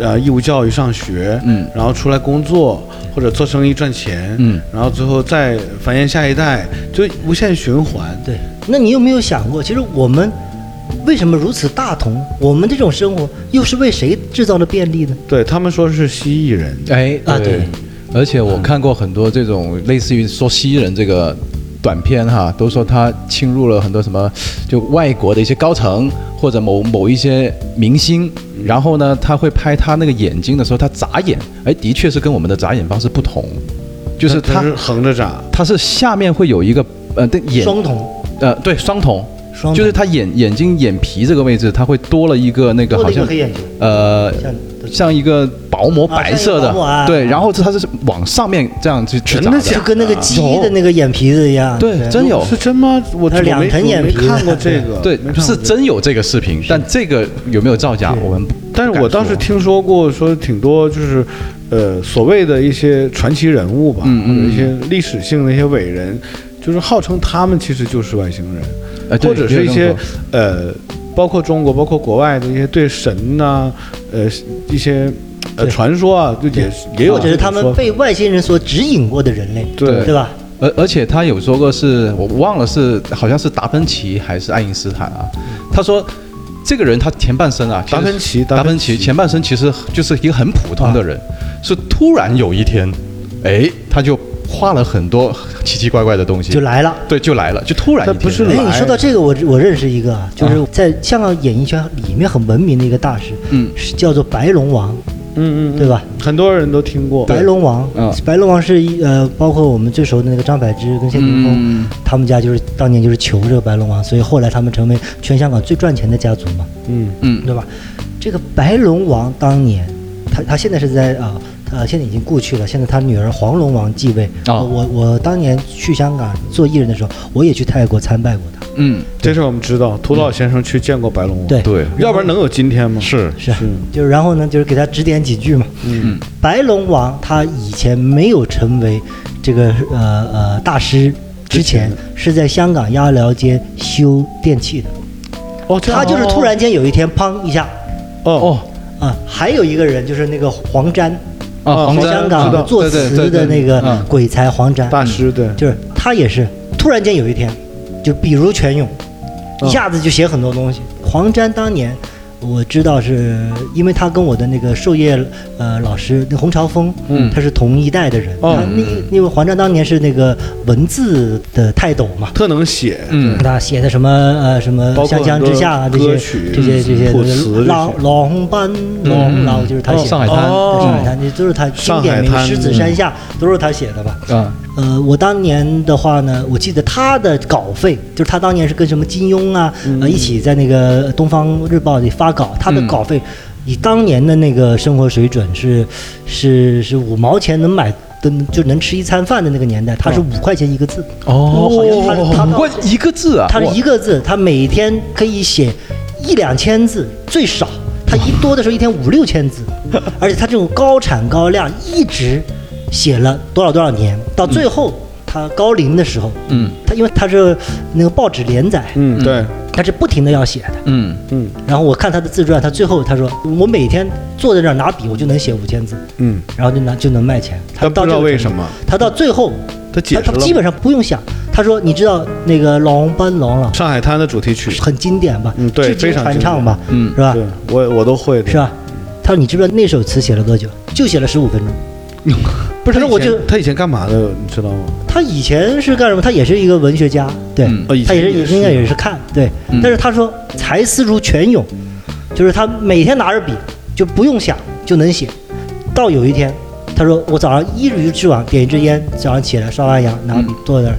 [SPEAKER 3] 呃，义务教育、上学，
[SPEAKER 2] 嗯
[SPEAKER 3] 然后出来工作或者做生意赚钱，
[SPEAKER 2] 嗯，
[SPEAKER 3] 然后最后再繁衍下一代，就无限循环。
[SPEAKER 1] 对，那你有没有想过，其实我们为什么如此大同？我们这种生活又是为谁制造了便利呢？
[SPEAKER 3] 对他们说是蜥蜴人，
[SPEAKER 2] 哎
[SPEAKER 1] 啊对。
[SPEAKER 2] 而且我看过很多这种类似于说蜥蜴人这个短片哈，都说他侵入了很多什么，就外国的一些高层或者某某一些明星，然后呢，他会拍他那个眼睛的时候，他眨眼，哎，的确是跟我们的眨眼方式不同，就是
[SPEAKER 1] 嗯
[SPEAKER 3] 它
[SPEAKER 2] 他
[SPEAKER 3] 是横着长，
[SPEAKER 2] 他是下面会有一个呃对眼
[SPEAKER 1] 双瞳，
[SPEAKER 2] 呃对双瞳，
[SPEAKER 1] 双瞳
[SPEAKER 2] 就是他眼眼睛眼皮这个位置，它会多了一个那个
[SPEAKER 1] 多了
[SPEAKER 2] 好
[SPEAKER 1] 一个
[SPEAKER 2] 像
[SPEAKER 1] 黑眼球，
[SPEAKER 2] 呃
[SPEAKER 1] 像
[SPEAKER 2] 像一个薄膜白
[SPEAKER 1] 啊
[SPEAKER 2] 色
[SPEAKER 1] 像一个薄膜啊
[SPEAKER 2] 的，对，然后它是往上面这样去去
[SPEAKER 3] 真
[SPEAKER 2] 长
[SPEAKER 3] 的
[SPEAKER 2] 的，
[SPEAKER 3] 假
[SPEAKER 1] 就跟那个鸡的那个眼皮子一样。
[SPEAKER 2] 对，真有，
[SPEAKER 3] 是真吗？我
[SPEAKER 1] 它是
[SPEAKER 3] 我
[SPEAKER 1] 两
[SPEAKER 3] 没
[SPEAKER 1] 层
[SPEAKER 3] 我
[SPEAKER 1] 眼
[SPEAKER 3] 没
[SPEAKER 1] 皮的
[SPEAKER 3] 看过这个，
[SPEAKER 2] 哦对
[SPEAKER 3] 没看，过
[SPEAKER 2] 是
[SPEAKER 3] 这个
[SPEAKER 2] 真有这个视频，但这个有没有造假，我们不
[SPEAKER 3] 但是我
[SPEAKER 2] 不敢
[SPEAKER 3] 倒是
[SPEAKER 2] 说
[SPEAKER 3] 听说过，说挺多就是，呃，所谓的一些传奇人物吧，
[SPEAKER 2] 嗯嗯
[SPEAKER 3] 或者一些历史性的一些伟人，就是号称他们其实就是外星人，
[SPEAKER 2] 呃对
[SPEAKER 3] 或者
[SPEAKER 2] 也
[SPEAKER 3] 是
[SPEAKER 2] 有
[SPEAKER 3] 一
[SPEAKER 2] 这
[SPEAKER 3] 些
[SPEAKER 2] 么说
[SPEAKER 3] 呃，包括中国、包括国外的一些对神呐、呃，一些呃
[SPEAKER 1] 对
[SPEAKER 3] 传说啊，就也也有
[SPEAKER 1] 或者是
[SPEAKER 3] 这种
[SPEAKER 1] 他们
[SPEAKER 3] 说法
[SPEAKER 1] 被外星人所指引过的人类，
[SPEAKER 3] 对
[SPEAKER 1] 对吧？
[SPEAKER 2] 而而且他有说过是，我忘了是好像是达芬奇还是爱因斯坦啊，他说这个人他前半生啊，其实
[SPEAKER 3] 达芬奇啊
[SPEAKER 2] 达
[SPEAKER 3] 达
[SPEAKER 2] 芬
[SPEAKER 3] 芬
[SPEAKER 2] 奇
[SPEAKER 3] 奇
[SPEAKER 2] 前半生其实就是一个很普通的人，是突然有一天，哎，他就画了很多奇奇怪怪的东西，
[SPEAKER 1] 就来了。
[SPEAKER 2] 对，就来了，就突然一天
[SPEAKER 3] 但不是
[SPEAKER 1] 哎，
[SPEAKER 3] 来
[SPEAKER 1] 你说到这个，我我认识一个，啊
[SPEAKER 2] 啊
[SPEAKER 1] 就是在香港演艺圈里面很文明的一个大师，
[SPEAKER 2] 嗯
[SPEAKER 1] 是叫做白龙王，
[SPEAKER 3] 嗯嗯，嗯
[SPEAKER 1] 对吧？
[SPEAKER 3] 很多人都听过，
[SPEAKER 1] 白龙王
[SPEAKER 2] 嗯，
[SPEAKER 1] 白龙王是一呃，包括我们最熟的那个张柏芝跟谢霆锋
[SPEAKER 2] 嗯，
[SPEAKER 1] 他们家就是当年就是求这个白龙王，所以后来他们成为全香港最赚钱的家族嘛。
[SPEAKER 3] 嗯，
[SPEAKER 2] 嗯
[SPEAKER 1] 对吧？这个白龙王当年，他他现在是在啊呃现在已经故去了，现在他女儿黄龙王继位。
[SPEAKER 2] 哦
[SPEAKER 1] 我我我当年去香港做艺人的时候，我也去泰国参拜过他。
[SPEAKER 2] 嗯，
[SPEAKER 3] 这事儿我们知道，涂老先生去见过白龙王，
[SPEAKER 1] 对
[SPEAKER 2] 对，
[SPEAKER 3] 要不然能有今天吗？
[SPEAKER 2] 是
[SPEAKER 1] 是，就是然后呢，就是给他指点几句嘛。
[SPEAKER 3] 嗯，
[SPEAKER 1] 白龙王他以前没有成为这个呃呃大师之前，是在香港鸭寮街修电器的。
[SPEAKER 3] 哦，这样
[SPEAKER 1] 他就是突然间有一天，砰一下
[SPEAKER 3] 哦
[SPEAKER 2] 哦
[SPEAKER 1] 啊！还有一个人就是那个黄沾，
[SPEAKER 2] 啊，
[SPEAKER 3] 啊
[SPEAKER 2] 黄
[SPEAKER 3] 沾
[SPEAKER 1] 香
[SPEAKER 2] 山
[SPEAKER 1] 港
[SPEAKER 3] 知
[SPEAKER 1] 的
[SPEAKER 3] 道
[SPEAKER 1] 作词的那
[SPEAKER 2] 嗯
[SPEAKER 1] 个鬼才黄沾，
[SPEAKER 3] 嗯大师对，
[SPEAKER 1] 就是他也是突然间有一天，就比如泉涌，
[SPEAKER 3] 嗯
[SPEAKER 1] 一下子就写很多东西。黄沾当年我知道是因为他跟我的那个授业呃老师那洪朝峰，
[SPEAKER 2] 嗯
[SPEAKER 1] 他是同一代的人，
[SPEAKER 3] 哦
[SPEAKER 1] 他那因为黄沾当年是那个文字的泰斗嘛。
[SPEAKER 3] 特能写，
[SPEAKER 2] 嗯
[SPEAKER 1] 他写的什么呃什么
[SPEAKER 3] 包括
[SPEAKER 1] 《湘江之下》啊
[SPEAKER 3] 很
[SPEAKER 1] 这
[SPEAKER 3] 多
[SPEAKER 1] 些
[SPEAKER 3] 歌曲嗯
[SPEAKER 1] 这些这些
[SPEAKER 3] 谱词这些
[SPEAKER 1] 老老红班老
[SPEAKER 2] 嗯
[SPEAKER 1] 老就是他写的
[SPEAKER 2] 上海滩
[SPEAKER 1] 对上海
[SPEAKER 3] 哦，
[SPEAKER 1] 滩，这都是他经典
[SPEAKER 3] 上
[SPEAKER 1] 名
[SPEAKER 3] 海
[SPEAKER 1] 《
[SPEAKER 3] 滩嗯
[SPEAKER 1] 狮子山下》都是他写的吧？
[SPEAKER 2] 啊，
[SPEAKER 1] 呃，我当年的话呢，我记得他的稿费，就是他当年是跟什么金庸啊，呃，一起在那个《东方日报》里发稿，他的
[SPEAKER 2] 嗯
[SPEAKER 1] 稿费以当年的那个生活水准是是是五毛钱能买的就能吃一餐饭的那个年代，他是五块钱一个字，
[SPEAKER 2] 哦，
[SPEAKER 1] 好像他他
[SPEAKER 2] 不过一个字啊，
[SPEAKER 1] 他是
[SPEAKER 2] 哇
[SPEAKER 1] 一个字，他每天可以写一两千字最少，他一多的时候一天五六千
[SPEAKER 3] *laughs*
[SPEAKER 1] 字，而且他这种高产高量一直写了多少多少年，到最后他他高龄的时候，
[SPEAKER 2] 嗯
[SPEAKER 1] 他因为他是那个报纸连载，
[SPEAKER 3] 嗯，对，
[SPEAKER 1] 他是不停的要写的。
[SPEAKER 2] 嗯
[SPEAKER 3] 嗯
[SPEAKER 1] 然后我看他的自传，他最后他说我每天坐在这儿拿笔，我就能写五千字，
[SPEAKER 3] 嗯，
[SPEAKER 1] 然后就拿就能卖钱。他
[SPEAKER 3] 但不
[SPEAKER 1] 到
[SPEAKER 3] 知
[SPEAKER 1] 这
[SPEAKER 3] 道
[SPEAKER 1] 个
[SPEAKER 3] 为
[SPEAKER 1] 程
[SPEAKER 3] 什么
[SPEAKER 1] 度，他到最后
[SPEAKER 3] 他解
[SPEAKER 1] 他
[SPEAKER 3] 释
[SPEAKER 1] 他
[SPEAKER 3] 了
[SPEAKER 1] 基
[SPEAKER 3] 吗
[SPEAKER 1] 本上不用想。他说你知道那个龙班龙啊了，
[SPEAKER 3] 《上海滩》的主题曲，
[SPEAKER 1] 很经典吧？
[SPEAKER 3] 嗯对
[SPEAKER 1] 至今
[SPEAKER 3] 非常
[SPEAKER 1] 传
[SPEAKER 3] 经
[SPEAKER 1] 唱吧？
[SPEAKER 2] 嗯
[SPEAKER 1] 是吧？
[SPEAKER 3] 对我我都会的，
[SPEAKER 1] 啊是吧？他说你知不知道那首词写了多久？就写了十五分钟。
[SPEAKER 3] 不是
[SPEAKER 1] 他说我
[SPEAKER 3] 以前
[SPEAKER 1] 就
[SPEAKER 3] 他以前干嘛的，你知道吗？
[SPEAKER 1] 他以前是干什么？他也是一个文学家，对，
[SPEAKER 2] 嗯
[SPEAKER 3] 哦以
[SPEAKER 1] 他也是
[SPEAKER 3] 前也是
[SPEAKER 1] 应该也是看对，
[SPEAKER 2] 嗯
[SPEAKER 1] 但是他说才思如泉涌，就是他每天拿着笔就不用想就能写，到有一天他说我早上一如既往点一支烟，早上起来刷完牙拿笔坐在那儿，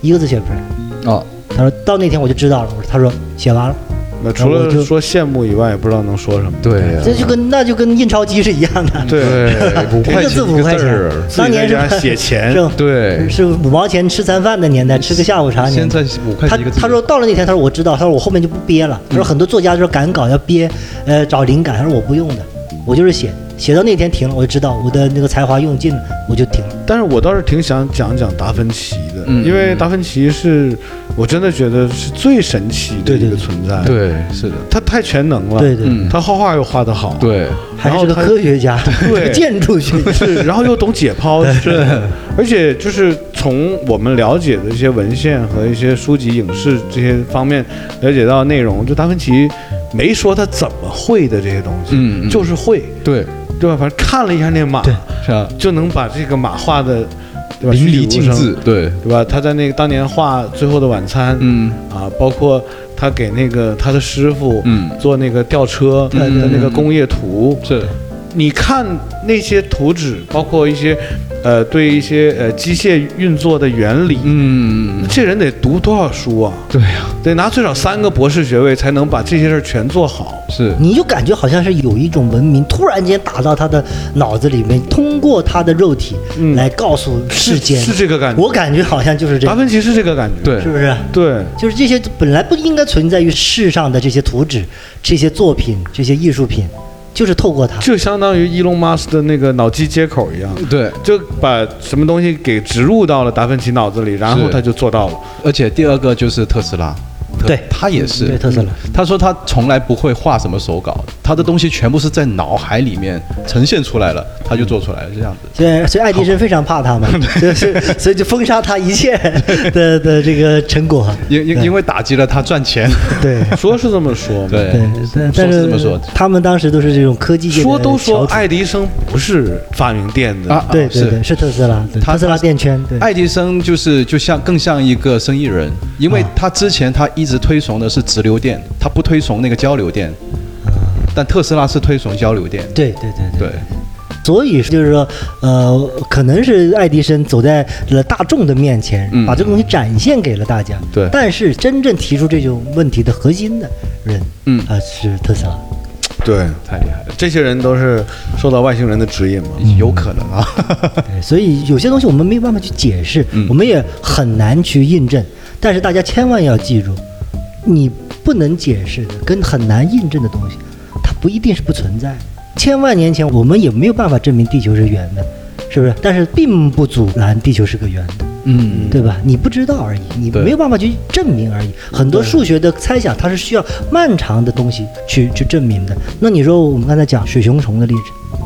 [SPEAKER 1] 一个字写不出来。
[SPEAKER 2] 哦，
[SPEAKER 1] 他说到那天我就知道了，我说他说写完了，
[SPEAKER 3] 那除
[SPEAKER 1] 然后我就
[SPEAKER 3] 了说羡慕以外，也不知道能说什么。
[SPEAKER 2] 对呀
[SPEAKER 1] 这就跟那就跟印钞机是一样的，
[SPEAKER 2] 对，五
[SPEAKER 1] 一
[SPEAKER 2] 块
[SPEAKER 1] 个
[SPEAKER 2] 钱
[SPEAKER 1] 字五块
[SPEAKER 2] 字
[SPEAKER 1] 钱
[SPEAKER 2] 儿，
[SPEAKER 1] 当年
[SPEAKER 3] 自己在家
[SPEAKER 1] 是
[SPEAKER 3] 写钱
[SPEAKER 1] 是
[SPEAKER 2] 对，
[SPEAKER 1] 是五毛钱吃餐饭的年代，吃个下午茶年
[SPEAKER 2] 现
[SPEAKER 1] 代
[SPEAKER 2] 在。五块
[SPEAKER 1] 他
[SPEAKER 2] 钱一个字。
[SPEAKER 1] 他说到了那天，他说我知道，他说我后面就不憋了。
[SPEAKER 3] 嗯
[SPEAKER 1] 他说很多作家就是赶稿要憋，呃，找灵感。他说我不用的，我就是写，写到那天停了，我就知道我的那个才华用尽了，我就停了。
[SPEAKER 3] 但是我倒是挺想讲讲达芬奇的，
[SPEAKER 2] 嗯
[SPEAKER 3] 因为达芬奇是我真的觉得是最神奇的
[SPEAKER 1] 对对
[SPEAKER 3] 一个
[SPEAKER 1] 对
[SPEAKER 3] 存在。
[SPEAKER 2] 对，是的，
[SPEAKER 3] 他太全能了，
[SPEAKER 1] 对对，
[SPEAKER 2] 嗯
[SPEAKER 3] 他画画又画得好，，
[SPEAKER 2] 对，
[SPEAKER 1] 还是个
[SPEAKER 3] 然后他
[SPEAKER 1] 科学家，
[SPEAKER 3] 对
[SPEAKER 1] 是个 *laughs* 建筑学家。
[SPEAKER 3] 是，然后又懂
[SPEAKER 1] *laughs*
[SPEAKER 3] 解剖，是，而且就是从我们了解的一些文献和一些书籍、影视这些方面了解到内容，就达芬奇没说他怎么会的这些东西，
[SPEAKER 2] 嗯嗯
[SPEAKER 3] 就是会，
[SPEAKER 2] 对，
[SPEAKER 3] 对吧？反正看了一下那马，
[SPEAKER 1] 对
[SPEAKER 2] 是啊，
[SPEAKER 3] 就能把这个马画的，对吧？
[SPEAKER 2] 淋
[SPEAKER 3] 栩栩
[SPEAKER 2] 漓
[SPEAKER 3] 如
[SPEAKER 2] 尽
[SPEAKER 3] 生
[SPEAKER 2] 致，，对，
[SPEAKER 3] 对吧？他在那个当年画《最后的晚餐》，
[SPEAKER 2] 嗯
[SPEAKER 3] 啊，包括他给那个他的师傅，
[SPEAKER 2] 嗯
[SPEAKER 3] 做那个吊车的
[SPEAKER 2] 嗯
[SPEAKER 3] 那个工业图，
[SPEAKER 2] 是，
[SPEAKER 3] 你看那些图纸，包括一些，呃，对一些呃机械运作的原理，
[SPEAKER 2] 嗯，
[SPEAKER 3] 这人得读多少书啊？
[SPEAKER 2] 对呀，
[SPEAKER 3] 得拿最少三个博士学位才能把这些事儿全做好。
[SPEAKER 2] 是，
[SPEAKER 1] 你就感觉好像是有一种文明突然间打到他的脑子里面，通过他的肉体
[SPEAKER 3] 嗯
[SPEAKER 1] 来告诉世间。
[SPEAKER 3] 是这个感觉，
[SPEAKER 1] 我感觉好像就是这
[SPEAKER 3] 达
[SPEAKER 1] 样，
[SPEAKER 3] 芬奇是这个感觉，
[SPEAKER 2] 对
[SPEAKER 1] 是，不是？
[SPEAKER 3] 对。
[SPEAKER 1] 就是这些本来不应该存在于世上的这些图纸、这些作品、这些艺术品，就是透过它。
[SPEAKER 3] 就相当于伊隆马斯的那个脑机接口一样，
[SPEAKER 2] 对，
[SPEAKER 3] 就把什么东西给植入到了达芬奇脑子里，然后
[SPEAKER 2] 是
[SPEAKER 3] 他就做到了。
[SPEAKER 2] 而且第二个就是特斯拉，特
[SPEAKER 1] 对
[SPEAKER 2] 他也是，
[SPEAKER 1] 对特斯拉，
[SPEAKER 2] 他说他从来不会画什么手稿，他的东西全部是在脑海里面呈现出来了，他就做出来了，这样子。
[SPEAKER 1] 所以，所以爱迪生非常怕他嘛，
[SPEAKER 2] *laughs*
[SPEAKER 1] 所以所以所以就封杀他一切的的这个成果。
[SPEAKER 2] 因因因为打击了他赚
[SPEAKER 1] *laughs*
[SPEAKER 2] 钱，
[SPEAKER 1] 对
[SPEAKER 3] 说是这么说，，
[SPEAKER 2] *laughs* 对
[SPEAKER 1] 对，但
[SPEAKER 2] 说
[SPEAKER 1] 但
[SPEAKER 2] 是
[SPEAKER 1] 是
[SPEAKER 2] 这么说
[SPEAKER 1] 他们当时都是这种科技界的
[SPEAKER 3] 说都说
[SPEAKER 1] 翘楚
[SPEAKER 3] 爱迪生不是发明电的，
[SPEAKER 2] 啊，
[SPEAKER 1] 对
[SPEAKER 2] 啊
[SPEAKER 1] 对对，
[SPEAKER 2] 是。
[SPEAKER 1] 是特斯拉，对
[SPEAKER 2] 他
[SPEAKER 1] 特斯拉电圈，对
[SPEAKER 2] 爱迪生就是就像更像一个生意人，因为他之前他一直推崇的是直流电，他不推崇那个交流电，
[SPEAKER 1] 啊
[SPEAKER 2] 但特斯拉是推崇交流电。
[SPEAKER 1] 对对对对。
[SPEAKER 2] 对，
[SPEAKER 1] 所以就是说，呃，可能是爱迪生走在了大众的面前，
[SPEAKER 2] 嗯
[SPEAKER 1] 把这个东西展现给了大家。
[SPEAKER 2] 对
[SPEAKER 1] 但是真正提出这种问题的核心的人，
[SPEAKER 2] 嗯
[SPEAKER 1] 啊、是特斯拉。
[SPEAKER 3] 对，
[SPEAKER 2] 太厉害了，
[SPEAKER 3] 这些人都是受到外星人的指引嘛。
[SPEAKER 2] 有可
[SPEAKER 1] *laughs*
[SPEAKER 2] 能啊。
[SPEAKER 1] 对，所以有些东西我们没有办法去解释，
[SPEAKER 2] 嗯
[SPEAKER 1] 我们也很难去印证。但是大家千万要记住，你不能解释的跟很难印证的东西，它不一定是不存在的。千万年前我们也没有办法证明地球是圆的，是不是？但是并不阻拦地球是个圆的。
[SPEAKER 2] 嗯，
[SPEAKER 1] 对吧？你不知道而已，你
[SPEAKER 2] 对
[SPEAKER 1] 没有办法去证明而已。很多数学的猜想，它是需要漫长的东西去去证明的。那你说我们刚才讲水熊虫的例子，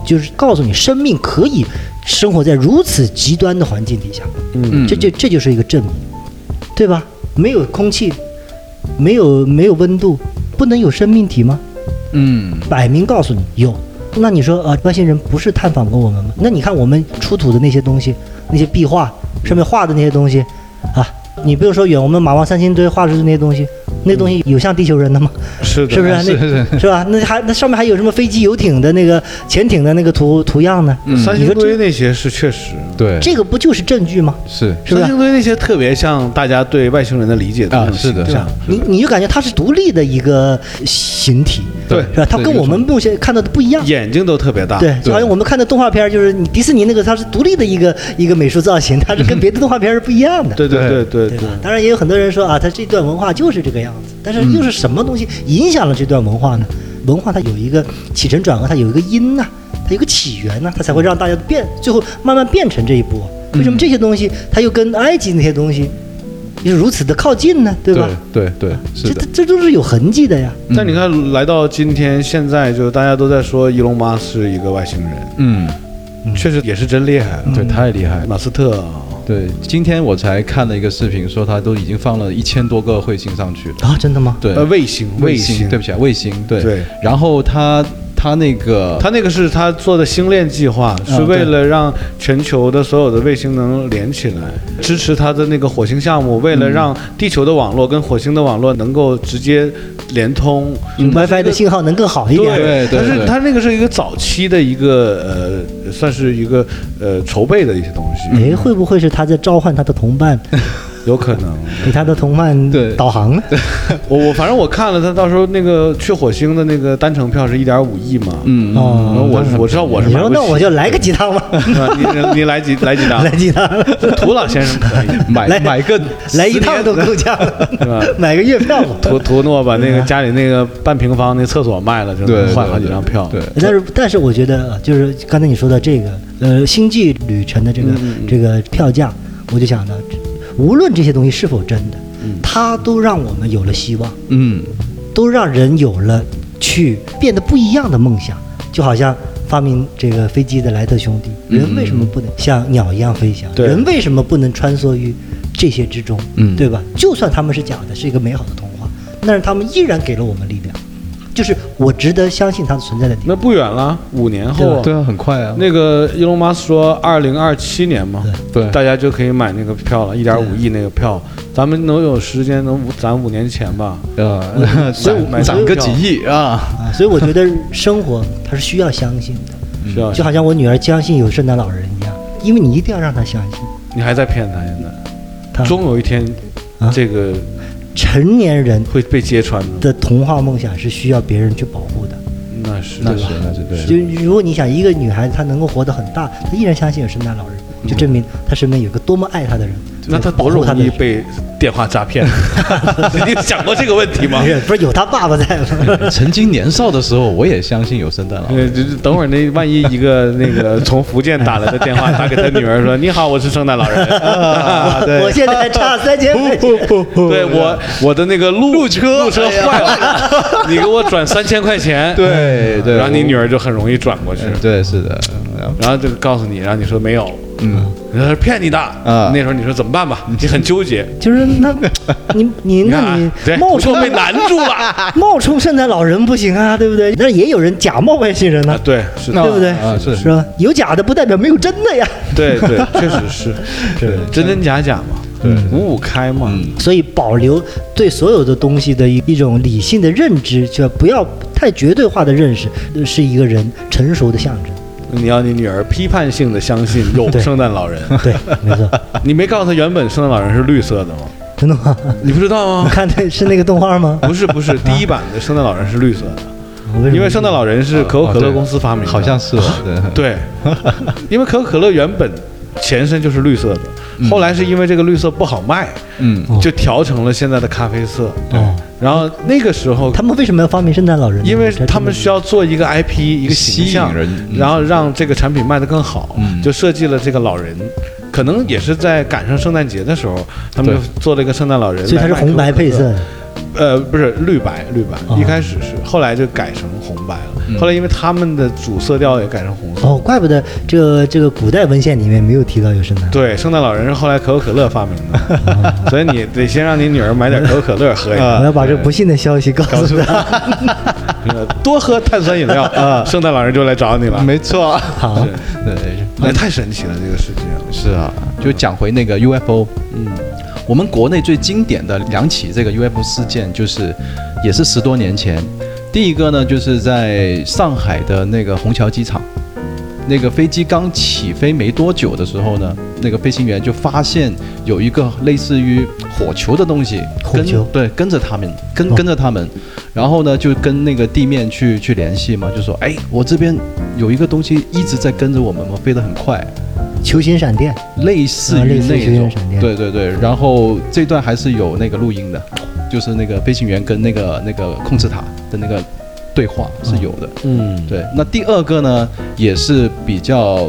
[SPEAKER 1] 就是告诉你生命可以生活在如此极端的环境底下，
[SPEAKER 2] 嗯
[SPEAKER 1] 这就这就是一个证明，对吧？没有空气，没有没有温度，不能有生命体吗？
[SPEAKER 2] 嗯
[SPEAKER 1] 摆明告诉你有。那你说啊，外星人不是探访过我们吗？那你看我们出土的那些东西，那些壁画上面画的那些东西，啊，你不用说远，我们马王三星堆画出的那些东西，那东西有像地球人的吗？
[SPEAKER 3] 是的，
[SPEAKER 1] 是不是啊？
[SPEAKER 2] 嗯是是
[SPEAKER 1] 那是吧？那还那上面还有什么飞机、游艇的那个潜艇的那个图图样呢？
[SPEAKER 2] 嗯
[SPEAKER 3] 三
[SPEAKER 1] 你
[SPEAKER 3] 星
[SPEAKER 1] 说
[SPEAKER 3] 堆
[SPEAKER 1] 这
[SPEAKER 3] 那些是确实，
[SPEAKER 2] 对，
[SPEAKER 1] 这个不就是证据吗？
[SPEAKER 2] 是
[SPEAKER 1] 是不是？
[SPEAKER 3] 三星堆那些特别像大家对外星人的理解的那
[SPEAKER 2] 啊，
[SPEAKER 3] 种
[SPEAKER 2] 是的，
[SPEAKER 3] 形象
[SPEAKER 1] 你你就感觉它是独立的一个形体，
[SPEAKER 2] 对
[SPEAKER 1] 是吧？它跟我们目前看到的不一样。
[SPEAKER 3] 眼睛都特别大，
[SPEAKER 1] 对，
[SPEAKER 2] 对
[SPEAKER 1] 就好像我们看的动画片儿，就是你迪士尼那个，它是独立的一个一个美术造型，它是
[SPEAKER 2] *laughs*
[SPEAKER 1] 跟别的动画片儿是不一样的，
[SPEAKER 3] 对对对
[SPEAKER 1] 对
[SPEAKER 3] 对
[SPEAKER 1] 吧？当然也有很多人说啊，它这段文化就是这个样子，但是又是什么东西影响了这段文化呢？文化它有一个起承转合，它有一个因呐、它有个起源呢，它才会让大家变，最后慢慢变成这一波。为什么这些东西它又跟埃及那些东西又如此的靠近呢？对吧？
[SPEAKER 2] 对对对，是
[SPEAKER 1] 这
[SPEAKER 2] 的
[SPEAKER 1] 这，这都是有痕迹的呀。
[SPEAKER 3] 但你看，来到今天现在，就大家都在说伊隆马是一个外星人，
[SPEAKER 2] 嗯，
[SPEAKER 3] 确实也是真厉
[SPEAKER 1] 嗯
[SPEAKER 3] 害了。
[SPEAKER 2] 对，太厉害了。
[SPEAKER 3] 马斯特啊，
[SPEAKER 2] 对，今天我才看了一个视频，说他都已经放了一千多个彗星上去了。
[SPEAKER 1] 啊，真的吗？
[SPEAKER 2] 对，
[SPEAKER 3] 呃，卫星，
[SPEAKER 2] 卫
[SPEAKER 3] 星，
[SPEAKER 2] 对不起啊，卫星，对。
[SPEAKER 3] 对
[SPEAKER 2] 然后他他那个
[SPEAKER 3] 他那个是他做的星链计划，是
[SPEAKER 2] 对
[SPEAKER 3] 为了让全球的所有的卫星能连起来，支持他的那个火星项目，为了让地球的网络跟火星的网络能够直接连通。
[SPEAKER 1] WiFi 的信号能更好一点。
[SPEAKER 2] 对对
[SPEAKER 3] 但
[SPEAKER 2] 对
[SPEAKER 3] 是他那个是一个早期的一个呃，算是一个呃筹备的一些东西，
[SPEAKER 1] 哎，会不会是他在召唤他的同
[SPEAKER 3] *laughs*
[SPEAKER 1] 伴，
[SPEAKER 3] 有可能。
[SPEAKER 1] 给他的同伴
[SPEAKER 2] 对
[SPEAKER 1] 导
[SPEAKER 3] *laughs*
[SPEAKER 1] 航呢？
[SPEAKER 3] 我我反正我看了他到时候那个去火星的那个单程票是一点五亿嘛，
[SPEAKER 2] 嗯，
[SPEAKER 3] 然后
[SPEAKER 1] 哦，
[SPEAKER 3] 我我知道我是
[SPEAKER 1] 你
[SPEAKER 3] 买
[SPEAKER 1] 说
[SPEAKER 3] 不
[SPEAKER 1] 那
[SPEAKER 3] 起
[SPEAKER 1] 我就
[SPEAKER 3] *laughs*
[SPEAKER 1] 来个鸡汤吧，
[SPEAKER 3] 啊你你来几来几张
[SPEAKER 1] 来？鸡汤，
[SPEAKER 3] 土老先生可以。
[SPEAKER 2] 买
[SPEAKER 1] 来
[SPEAKER 2] 买个
[SPEAKER 1] 来一趟都够呛 *laughs* 了，买个月票吧。
[SPEAKER 3] 图图诺把那个家里那个半平方那厕所卖了，就
[SPEAKER 2] 对
[SPEAKER 3] 能换好几张票。
[SPEAKER 2] 对，
[SPEAKER 1] 但是，但是我觉得，呃就是刚才你说的这个，呃，星际旅程的这
[SPEAKER 3] 嗯
[SPEAKER 1] 个、这个票价，我就想到，无论这些东西是否真的，
[SPEAKER 3] 嗯
[SPEAKER 1] 它都让我们有了希望，
[SPEAKER 2] 嗯，
[SPEAKER 1] 都让人有了去变得不一样的梦想。就好像发明这个飞机的莱特兄弟，人为什么不能像鸟一样飞翔？
[SPEAKER 3] 嗯对
[SPEAKER 1] 人为什么不能穿梭于这些之中？
[SPEAKER 2] 嗯
[SPEAKER 1] 对吧？就算他们是假的，是一个美好的童话，但是他们依然给了我们力量。就是我值得相信它存在的地方。
[SPEAKER 3] 那不远了，五年后啊。
[SPEAKER 2] 对啊，很快啊，
[SPEAKER 3] 那个伊隆马斯说，二零二七年嘛，
[SPEAKER 2] 对
[SPEAKER 3] 大家就可以买那个票了，一点五亿那个票，咱们能有时间能攒五年前吧？
[SPEAKER 2] 呃，
[SPEAKER 3] *laughs* 所以我
[SPEAKER 2] 涨涨个几亿啊，
[SPEAKER 1] 啊，所以我觉得生活它是需要相信的，
[SPEAKER 3] *laughs*
[SPEAKER 2] 嗯
[SPEAKER 3] 需要
[SPEAKER 1] 就好像我女儿相信有圣诞老人一样，因为你一定要让她相信。
[SPEAKER 3] 你还在骗他，现在
[SPEAKER 1] 她
[SPEAKER 3] 终有一天
[SPEAKER 1] 啊，
[SPEAKER 3] 这个
[SPEAKER 1] 成年人
[SPEAKER 3] 会被揭穿
[SPEAKER 1] 的
[SPEAKER 3] 的。
[SPEAKER 1] 童话梦想是需要别人去保护的。
[SPEAKER 3] 那是
[SPEAKER 2] 那是那是
[SPEAKER 1] 就
[SPEAKER 2] 对，
[SPEAKER 1] 如果你想一个女孩子她能够活得很大，她依然相信有圣诞老人，就证明她身边有个多么爱她的人，
[SPEAKER 3] 嗯那他
[SPEAKER 1] 保
[SPEAKER 3] 多
[SPEAKER 1] 护她
[SPEAKER 3] 容
[SPEAKER 1] 的
[SPEAKER 3] 易
[SPEAKER 1] 人。
[SPEAKER 3] 被电话诈骗？你有想过这个问题吗
[SPEAKER 1] 不？是 *laughs* 不是有她爸爸在吗？
[SPEAKER 2] 曾经年少的时候，我也相信有圣诞老人。
[SPEAKER 3] 呃，就是等会儿那万一一个那个从福建打来的电话，打给他女儿说：“你好，我是圣诞老人。啊” *laughs* 对
[SPEAKER 1] 我现在差三
[SPEAKER 3] *laughs*
[SPEAKER 1] 千美金，
[SPEAKER 3] *laughs* 对我我的那个路路车路车坏了，你给我转三千块钱。嗯
[SPEAKER 2] 对对，
[SPEAKER 3] 然后你女儿就很容易转过去，
[SPEAKER 2] 嗯，对，是的，然后
[SPEAKER 3] 然后就告诉你，然后你说没有，嗯，他说骗你的。
[SPEAKER 2] 啊
[SPEAKER 3] 那时候你说怎么办吧？你很纠结。
[SPEAKER 1] 就是那，你你
[SPEAKER 3] 你看
[SPEAKER 1] 嗯那
[SPEAKER 3] 啊
[SPEAKER 1] 你，
[SPEAKER 3] 对，
[SPEAKER 1] 冒
[SPEAKER 3] 我就
[SPEAKER 1] 充
[SPEAKER 3] 被拦住了。啊，
[SPEAKER 1] *laughs* 冒充圣诞老人不行啊，对不对？但是也有人假冒外星人呢、
[SPEAKER 3] 啊对，是的，
[SPEAKER 1] 对不对？
[SPEAKER 2] 啊是
[SPEAKER 1] 是吧？有假的不代表没有真的呀。
[SPEAKER 3] 对对，确实是，
[SPEAKER 2] 对
[SPEAKER 3] 真真假假嘛，对，五五开嘛，
[SPEAKER 1] 所以保留对所有的东西的一一种理性的认知，就不要太绝对化的认识，呃是一个人成熟的象
[SPEAKER 3] *laughs*
[SPEAKER 1] 征。
[SPEAKER 3] 你要你女儿批判性的相信有
[SPEAKER 1] 对
[SPEAKER 3] 圣诞老人，
[SPEAKER 1] 对，没错，
[SPEAKER 3] 你没告诉她原本圣诞老人是绿色的吗？
[SPEAKER 1] 真的
[SPEAKER 3] *laughs*
[SPEAKER 1] 吗？
[SPEAKER 3] 你不知道
[SPEAKER 1] 你
[SPEAKER 3] 吗？
[SPEAKER 1] 看的是那个动画吗？
[SPEAKER 3] 不是不是，第一版的圣诞老人是绿色的，
[SPEAKER 1] 为什么
[SPEAKER 3] *laughs* 因为圣诞老人是可口可乐公司发明的，
[SPEAKER 2] 哦好像是的，
[SPEAKER 3] *laughs* 对，因为可口可乐原本前身就是绿色的，后来是因为这个绿色不好卖，
[SPEAKER 2] 嗯，
[SPEAKER 3] 就调成了现在的咖啡色。
[SPEAKER 1] 哦，
[SPEAKER 3] 然后那个时候
[SPEAKER 1] 他们为什么要发明圣诞老人呢？
[SPEAKER 3] 因为
[SPEAKER 1] 这
[SPEAKER 3] 他们需要做一个 IP 一个形象
[SPEAKER 2] 吸引人，嗯
[SPEAKER 3] 然后让这个产品卖得更好
[SPEAKER 2] 嗯，
[SPEAKER 3] 就设计了这个老人。可能也是在赶上圣诞节的时候，他们
[SPEAKER 2] 对
[SPEAKER 3] 就做了一个圣诞老人。
[SPEAKER 1] 所以它是红白配色，的，
[SPEAKER 3] 呃，不是绿白，绿白
[SPEAKER 1] 哦
[SPEAKER 3] 一开始是，后来就改成红白
[SPEAKER 2] 嗯
[SPEAKER 3] 了。后来因为他们的主色调也改成红色。
[SPEAKER 1] 哦，怪不得这个这个古代文献里面没有提到有圣诞。
[SPEAKER 3] 对，圣诞老人是后来可口可乐发明
[SPEAKER 1] *laughs*
[SPEAKER 3] 的，所以你得先让你女儿买点可口可乐喝一
[SPEAKER 1] 我
[SPEAKER 3] 喝，
[SPEAKER 1] 要把这不幸的消息告诉他。
[SPEAKER 3] 呃多喝碳酸饮
[SPEAKER 1] 啊
[SPEAKER 3] 料，圣诞老人就来找你了。
[SPEAKER 2] 没
[SPEAKER 3] *laughs*
[SPEAKER 2] 错，
[SPEAKER 1] *laughs* 好，
[SPEAKER 2] 对，
[SPEAKER 3] 那太神奇了，这个世界。
[SPEAKER 2] 是啊，就讲回那个 UFO，嗯，我们国内最经典的两起这个 UFO 事件，就是也是十多年前。第一个呢，就是在上海的那个虹桥机场，那个飞机刚起飞没多久的时候呢，那个飞行员就发现有一个类似于火球的东西，
[SPEAKER 1] 火
[SPEAKER 2] 跟
[SPEAKER 1] 球
[SPEAKER 2] 对跟着他们，跟
[SPEAKER 1] 哦
[SPEAKER 2] 跟着他们，然后呢就跟那个地面去去联系嘛，就说哎，我这边有一个东西一直在跟着我们，我们飞得很快，
[SPEAKER 1] 球形闪电，
[SPEAKER 2] 类似
[SPEAKER 1] 啊类
[SPEAKER 2] 于
[SPEAKER 1] 似于
[SPEAKER 2] 那种
[SPEAKER 1] 闪电，嗯
[SPEAKER 2] 对对对。然后这段还是有那个录音的，就是那个飞行员跟那个那个控制塔的那个对话是有的。
[SPEAKER 3] 嗯，
[SPEAKER 2] 对，那第二个呢，也是比较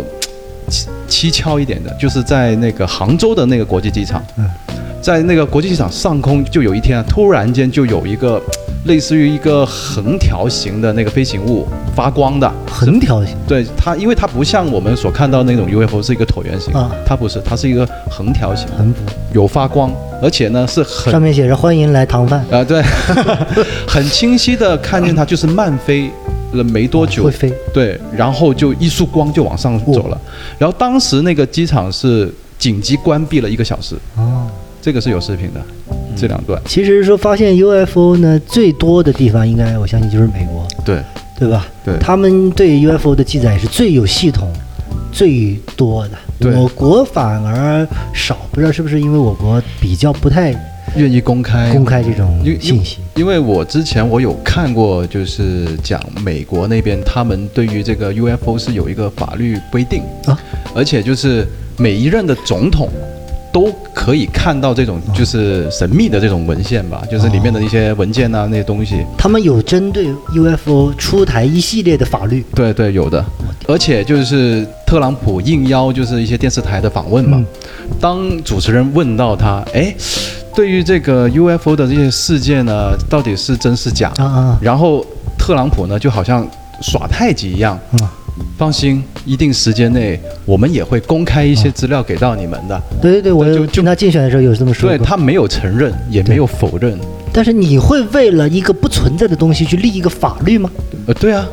[SPEAKER 2] 蹊蹊跷一点的，就是在那个杭州的那个国际机场，
[SPEAKER 1] 嗯
[SPEAKER 2] 在那个国际机场上空，就有一天、啊、突然间就有一个类似于一个横条形的那个飞行物发光的，
[SPEAKER 1] 横条形
[SPEAKER 2] 对它，因为它不像我们所看到那种 UFO 是一个椭圆形，
[SPEAKER 1] 啊
[SPEAKER 2] 它不是，它是一个横条形，
[SPEAKER 1] 横幅，
[SPEAKER 2] 有发光，而且呢是很
[SPEAKER 1] 上面写着“欢迎来唐饭
[SPEAKER 2] 啊、对， *laughs* 很清晰的看见它就是慢飞了没多”，久
[SPEAKER 1] 会，飞，
[SPEAKER 2] 对，然后就一束光就往上走了。然后当时那个机场是紧急关闭了一个小时，
[SPEAKER 1] 哦。
[SPEAKER 2] 这个是有视频的，这两段。
[SPEAKER 1] 其实说发现 UFO 呢，最多的地方应该我相信就是美国，
[SPEAKER 2] 对
[SPEAKER 1] 对吧？
[SPEAKER 2] 对
[SPEAKER 1] 他们对 UFO 的记载是最有系统、最多的。
[SPEAKER 2] 对
[SPEAKER 1] 我国反而少，不知道是不是因为我国比较不太
[SPEAKER 2] 愿意公开
[SPEAKER 1] 公开这种
[SPEAKER 2] 因为
[SPEAKER 1] 信息。
[SPEAKER 2] 因为我之前我有看过，就是讲美国那边他们对于这个 UFO 是有一个法律规定
[SPEAKER 1] 啊，
[SPEAKER 2] 而且就是每一任的总统都可以看到这种就是神秘的这种文献吧，就是里面的一些文件啊那些东西。
[SPEAKER 1] 他们有针对 UFO 出台一系列的法律，
[SPEAKER 2] 对对，有的，而且就是特朗普应邀就是一些电视台的访问嘛，
[SPEAKER 1] 嗯
[SPEAKER 2] 当主持人问到他，哎，对于这个 UFO 的这些事件呢，到底是真是假？
[SPEAKER 1] 啊啊
[SPEAKER 2] 然后特朗普呢就好像耍太极一样，
[SPEAKER 1] 啊！
[SPEAKER 2] 放心，一定时间内我们也会公开一
[SPEAKER 1] 啊
[SPEAKER 2] 些资料给到你们的。
[SPEAKER 1] 对对对，我
[SPEAKER 2] 就就
[SPEAKER 1] 听他竞选的时候有这么说
[SPEAKER 2] 对
[SPEAKER 1] 过。
[SPEAKER 2] 他没有承认，也没有否认。
[SPEAKER 1] 但是你会为了一个不存在的东西去立一个法律吗？
[SPEAKER 2] 呃，对啊，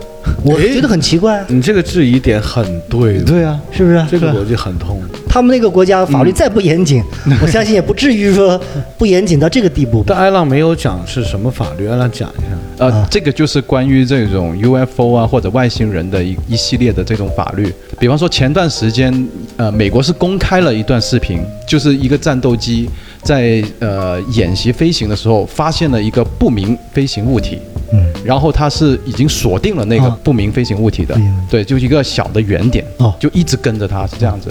[SPEAKER 1] 我觉得很奇怪啊，
[SPEAKER 3] 哎你这个质疑点很对的，
[SPEAKER 2] 对啊，
[SPEAKER 1] 是不是？
[SPEAKER 3] 这个
[SPEAKER 1] 对吧
[SPEAKER 3] 逻辑很通。
[SPEAKER 1] 他们那个国家
[SPEAKER 2] 嗯
[SPEAKER 1] 法律再不严
[SPEAKER 2] *laughs*
[SPEAKER 1] 谨，我相信也不至于说不严谨到这个地步吧。
[SPEAKER 3] 但艾浪没有讲是什么法律，艾浪讲一下。
[SPEAKER 2] 呃，
[SPEAKER 1] 啊
[SPEAKER 2] 这个就是关于这种 UFO 啊或者外星人的一一系列的这种法律。比方说前段时间，呃，美国是公开了一段视频，就是一个战斗机在呃演习飞行的时候，发现了一个不明飞行物体。
[SPEAKER 1] 嗯，
[SPEAKER 2] 然后它是已经锁定了那个
[SPEAKER 1] 啊
[SPEAKER 2] 不明飞行物体的，
[SPEAKER 1] 不明物
[SPEAKER 2] 对，就一个小的圆点，
[SPEAKER 1] 哦
[SPEAKER 2] 就一直跟着它是这样子。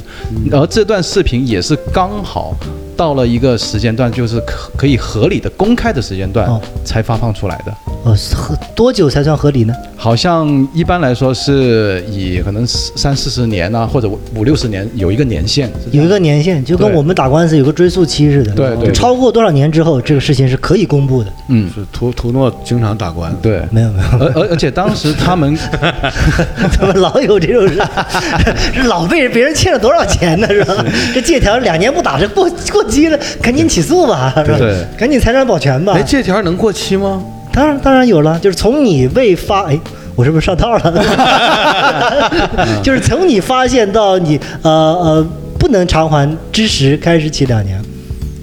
[SPEAKER 2] 而这段视频也是刚好到了一个时间段，就是可可以合理的公开的时间段
[SPEAKER 1] 哦
[SPEAKER 2] 才发放出来的。
[SPEAKER 1] 哦，合多久才算合理呢？
[SPEAKER 2] 好像一般来说是以可能三四十年啊，或者五六十年有一个年限，是
[SPEAKER 1] 有
[SPEAKER 2] 这样
[SPEAKER 1] 一个年限，就跟
[SPEAKER 2] 对
[SPEAKER 1] 我们打官司有个追诉期似的。
[SPEAKER 2] 对对
[SPEAKER 1] 就
[SPEAKER 2] 对
[SPEAKER 1] 超过多少年之后，这个事情是可以公布的。
[SPEAKER 2] 嗯，
[SPEAKER 3] 是图图诺经常打官司，
[SPEAKER 2] 对。
[SPEAKER 1] 没有没有，
[SPEAKER 2] *laughs* 而而而且当时他们
[SPEAKER 1] 怎么老有这种
[SPEAKER 2] *laughs*
[SPEAKER 1] 事？是老被人别人欠了多少钱呢？是吧？这借条两年不打，这过过期了，赶紧起诉吧，是吧
[SPEAKER 2] 对？
[SPEAKER 1] 赶紧财产保全吧
[SPEAKER 3] 哎，。借条能过期吗？
[SPEAKER 1] 当然当然有了，就是从你未发，哎，我是不是上套
[SPEAKER 3] *laughs*
[SPEAKER 1] 了？就是从你发现到你呃呃不能偿还之时开始起两年，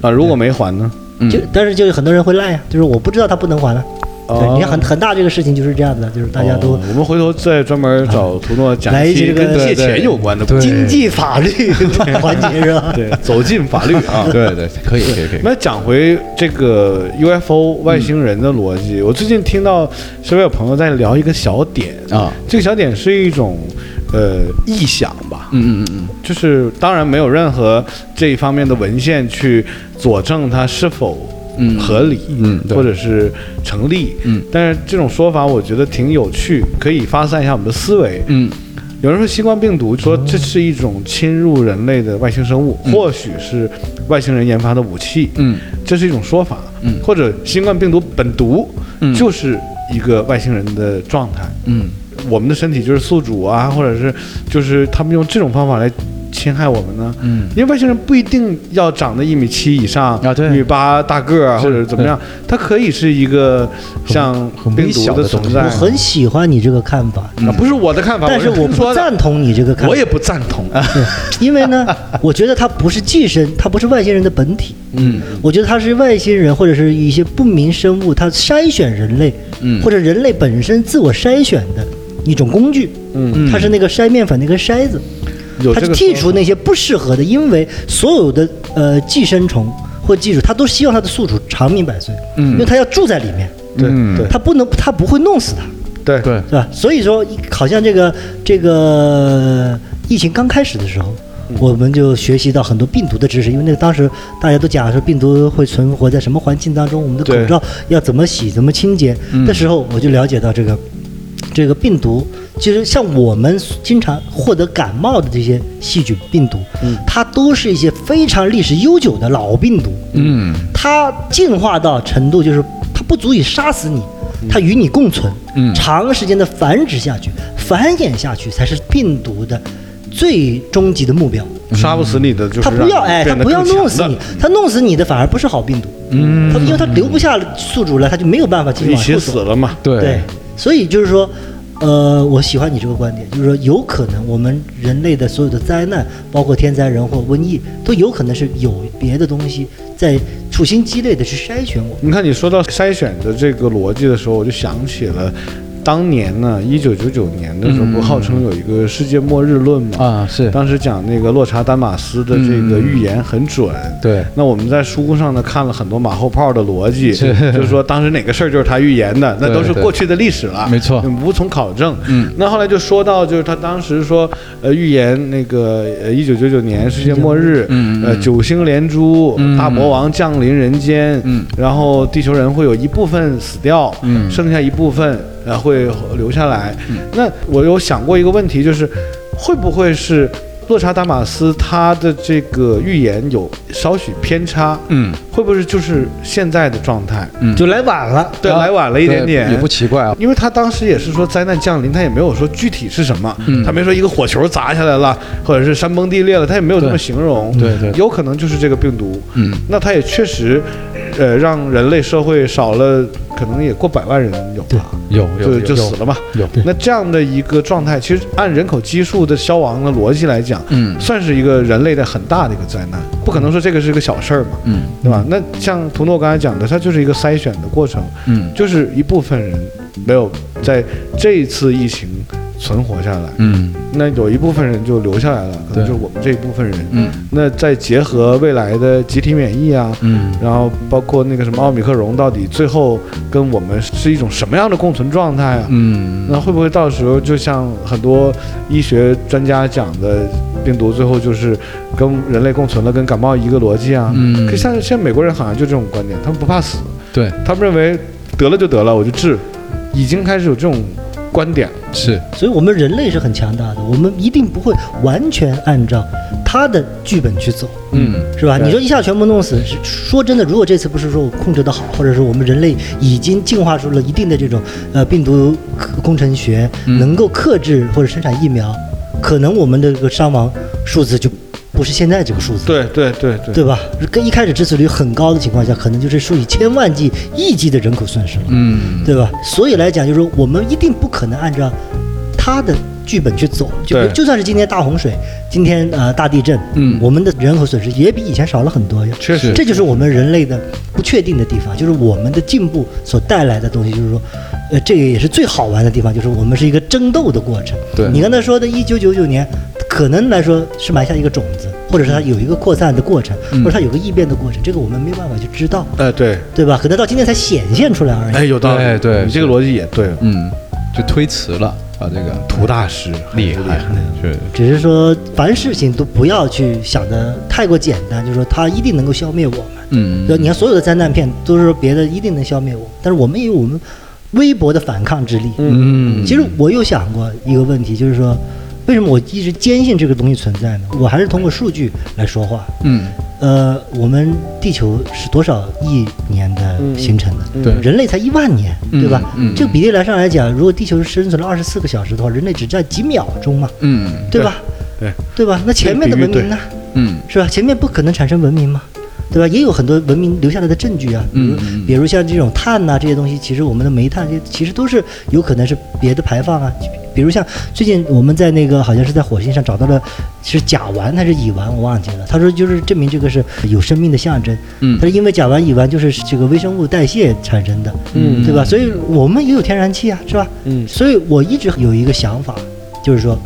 [SPEAKER 3] 啊，如果没还呢？
[SPEAKER 2] 嗯。
[SPEAKER 1] 就但是就是很多人会赖呀、就是我不知道他不能还了、对，
[SPEAKER 3] 哦
[SPEAKER 1] 你看很很大这个事情就是这样的，就是大家都。
[SPEAKER 3] 哦我们回头再专门找图诺讲
[SPEAKER 1] 来一
[SPEAKER 3] 一
[SPEAKER 1] 些
[SPEAKER 3] 期
[SPEAKER 1] 这个
[SPEAKER 3] 跟借钱有关的故事。
[SPEAKER 1] 经济法
[SPEAKER 3] *laughs*
[SPEAKER 1] 律环节是吧？
[SPEAKER 3] 对，走进法律啊
[SPEAKER 2] *laughs* 对对，可以可以可以，
[SPEAKER 3] 那讲回这个 UFO 外星人的逻辑，我最近听到身边有朋友在聊一个小点
[SPEAKER 2] 啊，
[SPEAKER 3] 这个小点是一种呃臆想吧，
[SPEAKER 2] 嗯嗯嗯嗯，
[SPEAKER 3] 就是当然没有任何这一方面的文献去佐证它是否
[SPEAKER 2] 嗯
[SPEAKER 3] 合理，
[SPEAKER 2] 嗯对
[SPEAKER 3] 或者是成立，
[SPEAKER 2] 嗯，
[SPEAKER 3] 但是这种说法我觉得挺有趣，可以发散一下我们的思维，
[SPEAKER 2] 嗯，
[SPEAKER 3] 有人说新冠病毒说这是一种侵入人类的外星生物，或许是外星人研发的武器，
[SPEAKER 2] 嗯，
[SPEAKER 3] 这是一种说法，
[SPEAKER 2] 嗯
[SPEAKER 3] 或者新冠病毒本毒，
[SPEAKER 2] 嗯
[SPEAKER 3] 就是一个外星人的状态，
[SPEAKER 2] 嗯，
[SPEAKER 3] 我们的身体就是宿主啊，或者是就是他们用这种方法来侵害我们呢，
[SPEAKER 2] 嗯，
[SPEAKER 3] 因为外星人不一定要长得一米七以上
[SPEAKER 2] 啊对
[SPEAKER 3] 一米八大个儿或者怎么样，它可以是一个像
[SPEAKER 2] 很微
[SPEAKER 3] 病
[SPEAKER 2] 小
[SPEAKER 3] 毒
[SPEAKER 2] 的
[SPEAKER 3] 存
[SPEAKER 2] 东西
[SPEAKER 3] 在
[SPEAKER 1] 我，很喜欢你这个看法，
[SPEAKER 3] 啊不是我的看法，
[SPEAKER 1] 但是我
[SPEAKER 3] 听说
[SPEAKER 1] 不
[SPEAKER 3] 的
[SPEAKER 1] 赞同你这个看法。
[SPEAKER 3] 我也不赞同。
[SPEAKER 1] 啊因为呢，我觉得它不是寄生，它不是外星人的本体。
[SPEAKER 2] 嗯，
[SPEAKER 1] 我觉得它是外星人或者是一些不明生物，它筛选人类，
[SPEAKER 2] 嗯
[SPEAKER 1] 或者人类本身自我筛选的一种工具。
[SPEAKER 3] 嗯
[SPEAKER 1] 它是那个筛面粉那个筛子，
[SPEAKER 3] 有
[SPEAKER 1] 它
[SPEAKER 3] 这
[SPEAKER 1] 是
[SPEAKER 3] 个
[SPEAKER 1] 剔除
[SPEAKER 3] 说
[SPEAKER 1] 那些不适合的，因为所有的呃寄生虫或寄主，它都希望它的宿主长命百岁，
[SPEAKER 2] 嗯
[SPEAKER 1] 因为它要住在里面，
[SPEAKER 3] 对
[SPEAKER 2] 嗯
[SPEAKER 3] 对
[SPEAKER 1] 它不能，它不会弄死它。
[SPEAKER 3] 对
[SPEAKER 2] 对，
[SPEAKER 1] 是吧？所以说，好像这个这个疫情刚开始的时候，我们就学习到很多病毒的知识，因为那个当时大家都讲说病毒会存活在什么环境当中，我们的口
[SPEAKER 3] 对
[SPEAKER 1] 罩要怎么洗、怎么清洁的时候，我就了解到这个这个病毒，其实像我们经常获得感冒的这些细菌病毒，它都是一些非常历史悠久的老病毒，
[SPEAKER 2] 嗯，
[SPEAKER 1] 它进化到程度就是它不足以杀死你，它与你共存，
[SPEAKER 2] 嗯
[SPEAKER 1] 长时间的繁殖下去、繁衍下去才是病毒的最终极的目标。
[SPEAKER 2] 嗯
[SPEAKER 3] 杀不死你的就是
[SPEAKER 1] 它不
[SPEAKER 3] 让
[SPEAKER 1] 要
[SPEAKER 3] 你
[SPEAKER 1] 哎，它
[SPEAKER 3] 变得
[SPEAKER 1] 不要
[SPEAKER 3] 更
[SPEAKER 1] 弄
[SPEAKER 3] 强
[SPEAKER 1] 死
[SPEAKER 3] 的
[SPEAKER 1] 你，它弄死你的反而不是好病毒，嗯，它因为它留不下宿主了，它就没有办法继续
[SPEAKER 3] 一
[SPEAKER 1] 往后
[SPEAKER 3] 起
[SPEAKER 1] 走
[SPEAKER 3] 死。了嘛。
[SPEAKER 2] 对
[SPEAKER 1] 对，所以就是说，呃，我喜欢你这个观点，就是说，有可能我们人类的所有的灾难，包括天灾人祸、瘟疫，都有可能是有别的东西在处心积虑的去筛选我们。
[SPEAKER 3] 你看，你说到筛选的这个逻辑的时候，我就想起了当年呢，一九九九年的时候，不号称有一个世界末日论嘛？
[SPEAKER 2] 啊是
[SPEAKER 3] 当时讲那个洛查丹马斯的这个预言很准。
[SPEAKER 2] 嗯对
[SPEAKER 3] 那我们在书上呢看了很多马后炮的逻辑，
[SPEAKER 2] 是
[SPEAKER 3] 就是说当时哪个事儿就是他预言的，那
[SPEAKER 2] 对
[SPEAKER 3] 都是
[SPEAKER 2] 对
[SPEAKER 3] 过去的历史了，
[SPEAKER 2] 没错
[SPEAKER 3] 无从考证。
[SPEAKER 2] 嗯，
[SPEAKER 3] 那后来就说到，就是他当时说，呃，预言那个呃一九九九年世界末日，
[SPEAKER 2] 嗯嗯
[SPEAKER 3] 呃，
[SPEAKER 2] 嗯
[SPEAKER 3] 九星连珠，
[SPEAKER 2] 嗯
[SPEAKER 3] 大魔王降临人间，
[SPEAKER 2] 嗯
[SPEAKER 3] 然后地球人会有一部分死掉，
[SPEAKER 2] 嗯
[SPEAKER 3] 剩下一部分呃会留下来。那我有想过一个问题，就是会不会是洛查达马斯他的这个预言有稍许偏差？
[SPEAKER 2] 嗯
[SPEAKER 3] 会不会就是现在的状态？
[SPEAKER 1] 就来晚了，
[SPEAKER 3] 对，来晚了一点点，
[SPEAKER 2] 也不奇怪啊。
[SPEAKER 3] 因为他当时也是说灾难降临，他也没有说具体是什么，
[SPEAKER 2] 嗯
[SPEAKER 3] 他没说一个火球砸下来了，或者是山崩地裂了，他也没有这么
[SPEAKER 2] 对
[SPEAKER 3] 形容。
[SPEAKER 2] 对对
[SPEAKER 3] 有可能就是这个病毒。
[SPEAKER 2] 嗯，
[SPEAKER 3] 那它也确实，呃，让人类社会少了，可能也过百万人有吧，
[SPEAKER 2] 有有
[SPEAKER 3] 就
[SPEAKER 2] 有
[SPEAKER 3] 就死了嘛。
[SPEAKER 2] 有，有
[SPEAKER 3] 那这样的一个状态，其实按人口基数的消亡的逻辑来讲，
[SPEAKER 2] 嗯
[SPEAKER 3] 算是一个人类的很大的一个灾难，不可能说这个是个小事儿嘛，
[SPEAKER 2] 嗯
[SPEAKER 3] 对吧？那像图诺刚才讲的，它就是一个筛选的过程，
[SPEAKER 2] 嗯
[SPEAKER 3] 就是一部分人没有在这一次疫情存活下来，
[SPEAKER 2] 嗯
[SPEAKER 3] 那有一部分人就留下来了，可能
[SPEAKER 2] 对
[SPEAKER 3] 就是我们这一部分人。
[SPEAKER 2] 嗯
[SPEAKER 3] 那再结合未来的集体免疫啊，
[SPEAKER 2] 嗯
[SPEAKER 3] 然后包括那个什么奥密克戎到底最后跟我们是一种什么样的共存状态啊？
[SPEAKER 2] 嗯，
[SPEAKER 3] 那会不会到时候就像很多医学专家讲的，病毒最后就是跟人类共存了，跟感冒一个逻辑啊？
[SPEAKER 2] 嗯
[SPEAKER 3] 可像现在美国人好像就这种观点，他们不怕死，
[SPEAKER 2] 对，
[SPEAKER 3] 他们认为得了就得了，我就治，已经开始有这种观点。
[SPEAKER 2] 是
[SPEAKER 1] 所以我们人类是很强大的，我们一定不会完全按照它的剧本去走。
[SPEAKER 2] 嗯
[SPEAKER 1] 是吧？
[SPEAKER 3] 对
[SPEAKER 1] 你说一下全部弄死，是说真的，如果这次不是说我控制的好，或者是我们人类已经进化出了一定的这种呃病毒克工程学，
[SPEAKER 2] 嗯
[SPEAKER 1] 能够克制或者生产疫苗，可能我们的这个伤亡数字就不是现在这个数字，
[SPEAKER 3] 对对对对
[SPEAKER 1] 对吧？跟一开始致死率很高的情况下，可能就是数以千万计、亿计的人口损失了，
[SPEAKER 2] 嗯
[SPEAKER 1] 对吧？所以来讲，就是说我们一定不可能按照他的。剧本去走，就
[SPEAKER 3] 对
[SPEAKER 1] 就算是今天大洪水，今天呃大地震，
[SPEAKER 2] 嗯
[SPEAKER 1] 我们的人口损失也比以前少了很多呀。
[SPEAKER 3] 确实
[SPEAKER 1] 这就是我们人类的不确定的地方，就是我们的进步所带来的东西，就是说，呃，这个也是最好玩的地方，就是我们是一个争斗的过程。
[SPEAKER 2] 对
[SPEAKER 1] 你刚才说的，一九九九年，可能来说是埋下一个种子，或者是它有一个扩散的过程，
[SPEAKER 2] 嗯
[SPEAKER 1] 或者它有个异变的过程，这个我们没有办法去知道，
[SPEAKER 3] 哎对，
[SPEAKER 1] 对吧？可能到今天才显现出来而已。
[SPEAKER 3] 哎有道理，
[SPEAKER 2] 对对
[SPEAKER 3] 你这个逻辑也对。
[SPEAKER 2] 嗯，就推迟了啊，这个
[SPEAKER 3] 涂大师
[SPEAKER 2] 厉
[SPEAKER 3] 还
[SPEAKER 2] 害
[SPEAKER 3] 是厉害，
[SPEAKER 2] 是
[SPEAKER 1] 只是说，凡事情都不要去想的太过简单，就是说它一定能够消灭我们。
[SPEAKER 2] 嗯
[SPEAKER 1] 就你看，所有的灾难片都是说别的一定能消灭我，但是我们也有我们微薄的反抗之力。
[SPEAKER 2] 嗯
[SPEAKER 1] 其实我有想过一个问题，就是说，为什么我一直坚信这个东西存在呢？我还是通过数据来说话。
[SPEAKER 2] 嗯
[SPEAKER 1] 呃，我们地球是多少亿年的形成的？
[SPEAKER 3] 嗯
[SPEAKER 2] 对
[SPEAKER 1] 人类才一万年，
[SPEAKER 2] 嗯
[SPEAKER 1] 对吧？
[SPEAKER 2] 嗯
[SPEAKER 1] 这个比例来上来讲，如果地球生存了二十四个小时的话，人类只占几秒钟嘛，
[SPEAKER 2] 嗯
[SPEAKER 1] 对吧？
[SPEAKER 3] 对
[SPEAKER 1] 对吧？那前面的文明呢？
[SPEAKER 2] 嗯
[SPEAKER 1] 是吧？前面不可能产生文明嘛，对吧？也有很多文明留下来的证据啊，比如、
[SPEAKER 2] 嗯嗯嗯
[SPEAKER 1] 比如像这种碳呐、这些东西，其实我们的煤炭这些其实都是有可能是别的排放啊，比如像最近我们在那个好像是在火星上找到了是甲烷还是乙烷，我忘记了。他说就是证明这个是有生命的象征，
[SPEAKER 2] 嗯
[SPEAKER 1] 它是因为甲烷、乙烷就是这个微生物代谢产生的，
[SPEAKER 2] 嗯
[SPEAKER 1] 对吧？所以我们也有天然气啊，是吧？
[SPEAKER 3] 嗯
[SPEAKER 1] 所以我一直有一个想法，就是说，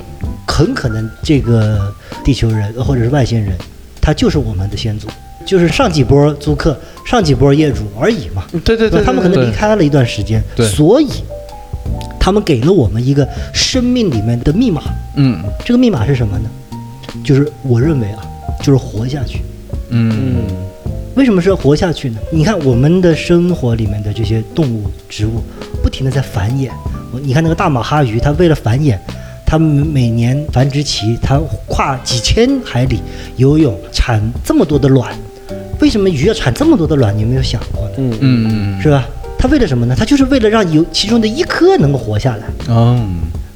[SPEAKER 1] 很可能这个地球人或者是外星人，他就是我们的先祖，就是上几波租客、上几波业主而已嘛。
[SPEAKER 3] 对对
[SPEAKER 1] 对吧他们可能
[SPEAKER 2] 对
[SPEAKER 1] 离开了一段时间，
[SPEAKER 2] 对
[SPEAKER 1] 所以他们给了我们一个生命里面的密码。
[SPEAKER 2] 嗯
[SPEAKER 1] 这个密码是什么呢？就是我认为啊，就是活下去。
[SPEAKER 2] 嗯
[SPEAKER 1] 为什么说活下去呢？你看我们的生活里面的这些动物、植物，不停的在繁衍，你看那个大马哈鱼，它为了繁衍，它每年繁殖期，它跨几千海里游泳，产这么多的卵。为什么鱼要产这么多的卵？你有没有想过呢？
[SPEAKER 3] 嗯
[SPEAKER 2] 嗯
[SPEAKER 1] 是吧？它为了什么呢？它就是为了让有其中的一颗能够活下来。
[SPEAKER 2] 嗯哦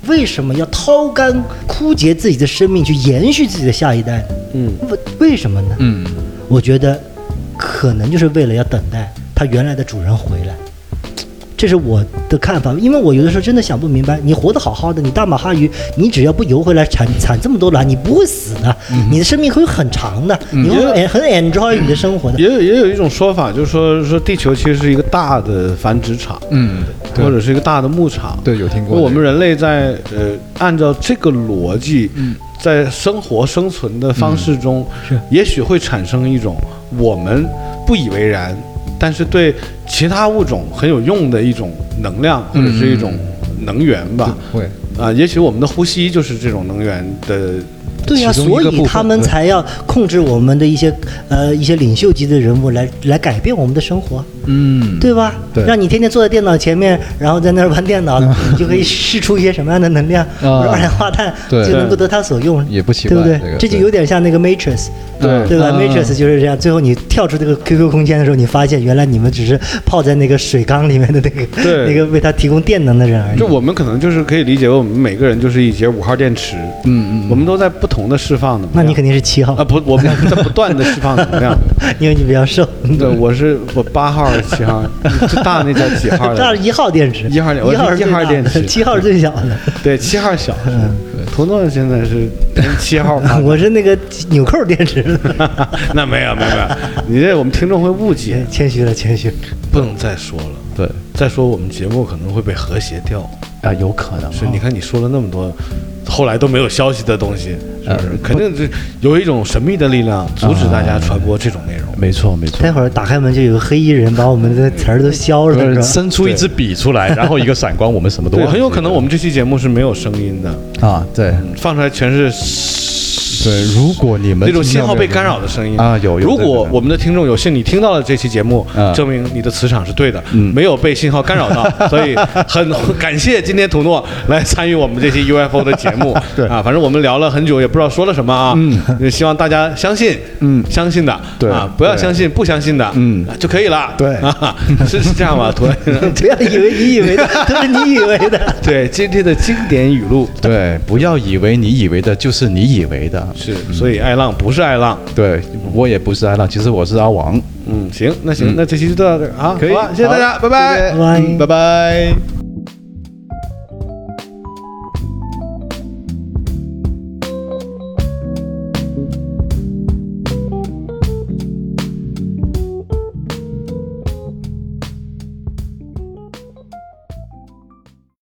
[SPEAKER 1] 为什么要掏干枯竭自己的生命去延续自己的下一代呢？
[SPEAKER 3] 嗯，
[SPEAKER 1] 为为什么呢？
[SPEAKER 2] 嗯
[SPEAKER 1] 我觉得可能就是为了要等待它原来的主人回来，这是我的看法。因为我有的时候真的想不明白，你活得好好的，你大马哈鱼，你只要不游回来产产这么多卵，你不会死的，
[SPEAKER 2] 嗯
[SPEAKER 1] 你的生命会很长的，你会很很 enjoy 你的生活的。
[SPEAKER 3] 也有也有一种说法，就是说说地球其实是一个大的繁殖场，
[SPEAKER 2] 嗯，对
[SPEAKER 3] 或者是一个大的牧场。
[SPEAKER 2] 对有听过
[SPEAKER 3] 那我们人类在呃按照这个逻辑，在生活生存的方式中，也许会产生一种我们不以为然，但是对其他物种很有用的一种能量或者是一种能源吧。
[SPEAKER 2] 会
[SPEAKER 3] 啊，也许我们的呼吸就是这种能源的。
[SPEAKER 1] 对呀、
[SPEAKER 2] 其中一
[SPEAKER 1] 所
[SPEAKER 2] 个部
[SPEAKER 1] 以
[SPEAKER 2] 分
[SPEAKER 1] 他们才要控制我们的一些呃一些领袖级的人物来来改变我们的生活，
[SPEAKER 2] 嗯
[SPEAKER 1] 对吧？
[SPEAKER 2] 对
[SPEAKER 1] 让你天天坐在电脑前面，然后在那儿玩电脑，你就可以试出一些什么样的能量，
[SPEAKER 2] 啊
[SPEAKER 1] 或者二氧化碳，
[SPEAKER 2] 对
[SPEAKER 1] 就能够得它所用，
[SPEAKER 2] 也不奇
[SPEAKER 1] 对不
[SPEAKER 2] 怪
[SPEAKER 1] 对？
[SPEAKER 2] 这个
[SPEAKER 1] 这就
[SPEAKER 2] 对
[SPEAKER 1] 有点像那个 Matrix，
[SPEAKER 2] 对
[SPEAKER 1] 对吧、
[SPEAKER 2] 啊
[SPEAKER 1] m a t r i x 就是这样。最后你跳出这个 QQ 空间的时候，你发现原来你们只是泡在那个水缸里面的那个
[SPEAKER 3] 对
[SPEAKER 1] *laughs* 那个为它提供电能的人而已
[SPEAKER 3] 就。我们可能就是可以理解为我们每个人就是一节五号电池，
[SPEAKER 2] 嗯嗯
[SPEAKER 3] 我们都在不同的释放能量。
[SPEAKER 1] 那你肯定是七号，
[SPEAKER 3] 啊不，我们在不断的释放能量。
[SPEAKER 1] *laughs* 因为你比较瘦。
[SPEAKER 3] *laughs* 对，我是我八号、七号，最大那叫几
[SPEAKER 1] *laughs*
[SPEAKER 3] 号
[SPEAKER 1] 这
[SPEAKER 3] 来
[SPEAKER 1] 是
[SPEAKER 3] 着？
[SPEAKER 1] 一号电池，
[SPEAKER 3] 一号电
[SPEAKER 1] 一号
[SPEAKER 3] 我
[SPEAKER 1] 是
[SPEAKER 3] 是
[SPEAKER 1] 最大
[SPEAKER 3] 一号电池
[SPEAKER 1] 的 *laughs* 七号是最小的。
[SPEAKER 3] 对，七号小。对，图诺现在是七号发
[SPEAKER 1] *laughs* 我是那个纽扣电池， *laughs*
[SPEAKER 3] 那没有没有没有，你这我们听众会误解，
[SPEAKER 1] 谦虚了，谦虚。
[SPEAKER 3] 不能再说了。
[SPEAKER 2] 对
[SPEAKER 3] 再说我们节目可能会被和谐掉。
[SPEAKER 2] 啊有可能
[SPEAKER 3] 是，你看你说了那么多，后来都没有消息的东西，是不是？肯定这有一种神秘的力量阻止大家传播这种内容。
[SPEAKER 2] 没错没错
[SPEAKER 1] 待会儿打开门就有个黑衣人把我们的词儿都消了，是吧？
[SPEAKER 2] 伸出一支笔
[SPEAKER 1] *laughs*
[SPEAKER 2] 出来，然后一个闪光，我们什么都
[SPEAKER 3] 对，
[SPEAKER 2] 忘
[SPEAKER 3] 很
[SPEAKER 2] 记
[SPEAKER 3] 有可能
[SPEAKER 2] 了
[SPEAKER 3] 我们这期节目是没有声音的，
[SPEAKER 2] 啊，对
[SPEAKER 3] 放出来全是
[SPEAKER 2] 对，如果你们
[SPEAKER 3] 那种信号被
[SPEAKER 2] 听到
[SPEAKER 3] 干
[SPEAKER 2] 没有
[SPEAKER 3] 扰的声音
[SPEAKER 2] 啊有有
[SPEAKER 3] 如
[SPEAKER 2] 对对
[SPEAKER 3] 果
[SPEAKER 2] 对
[SPEAKER 3] 我们的听众有幸你听到了这期节目
[SPEAKER 2] 啊，嗯
[SPEAKER 3] 证明你的磁场是对的，没有被信号干
[SPEAKER 2] *laughs*
[SPEAKER 3] 扰到，所以很感谢今天图诺来参与我们这期 UFO 的节
[SPEAKER 2] *laughs*
[SPEAKER 3] 目。对啊，反正我们聊了很久，也不知道说了什么啊。嗯，希望大家相信，嗯，相信的，
[SPEAKER 2] 对
[SPEAKER 3] 啊，不要
[SPEAKER 2] 对
[SPEAKER 3] 相信不相信的，
[SPEAKER 2] 嗯
[SPEAKER 3] 啊就可以了。
[SPEAKER 2] 对
[SPEAKER 3] 啊， *laughs* 是是这样吧，
[SPEAKER 2] *laughs*
[SPEAKER 3] 图。
[SPEAKER 1] *laughs* 不要以为你以为的 *laughs* 都是你以为的。
[SPEAKER 3] 对今天的经典语录
[SPEAKER 2] 对，不要以为你以为的就是你以为的，
[SPEAKER 3] 是，所以爱浪不是爱浪。
[SPEAKER 2] 对我也不是爱浪，其实我是阿王。
[SPEAKER 3] 嗯，行，那行，那这期就到这儿啊，
[SPEAKER 2] 可以
[SPEAKER 3] 嗯好吧谢谢大家，
[SPEAKER 2] 好
[SPEAKER 3] 拜拜
[SPEAKER 2] 谢
[SPEAKER 1] 拜
[SPEAKER 2] 谢
[SPEAKER 1] 拜
[SPEAKER 3] 嗯拜拜。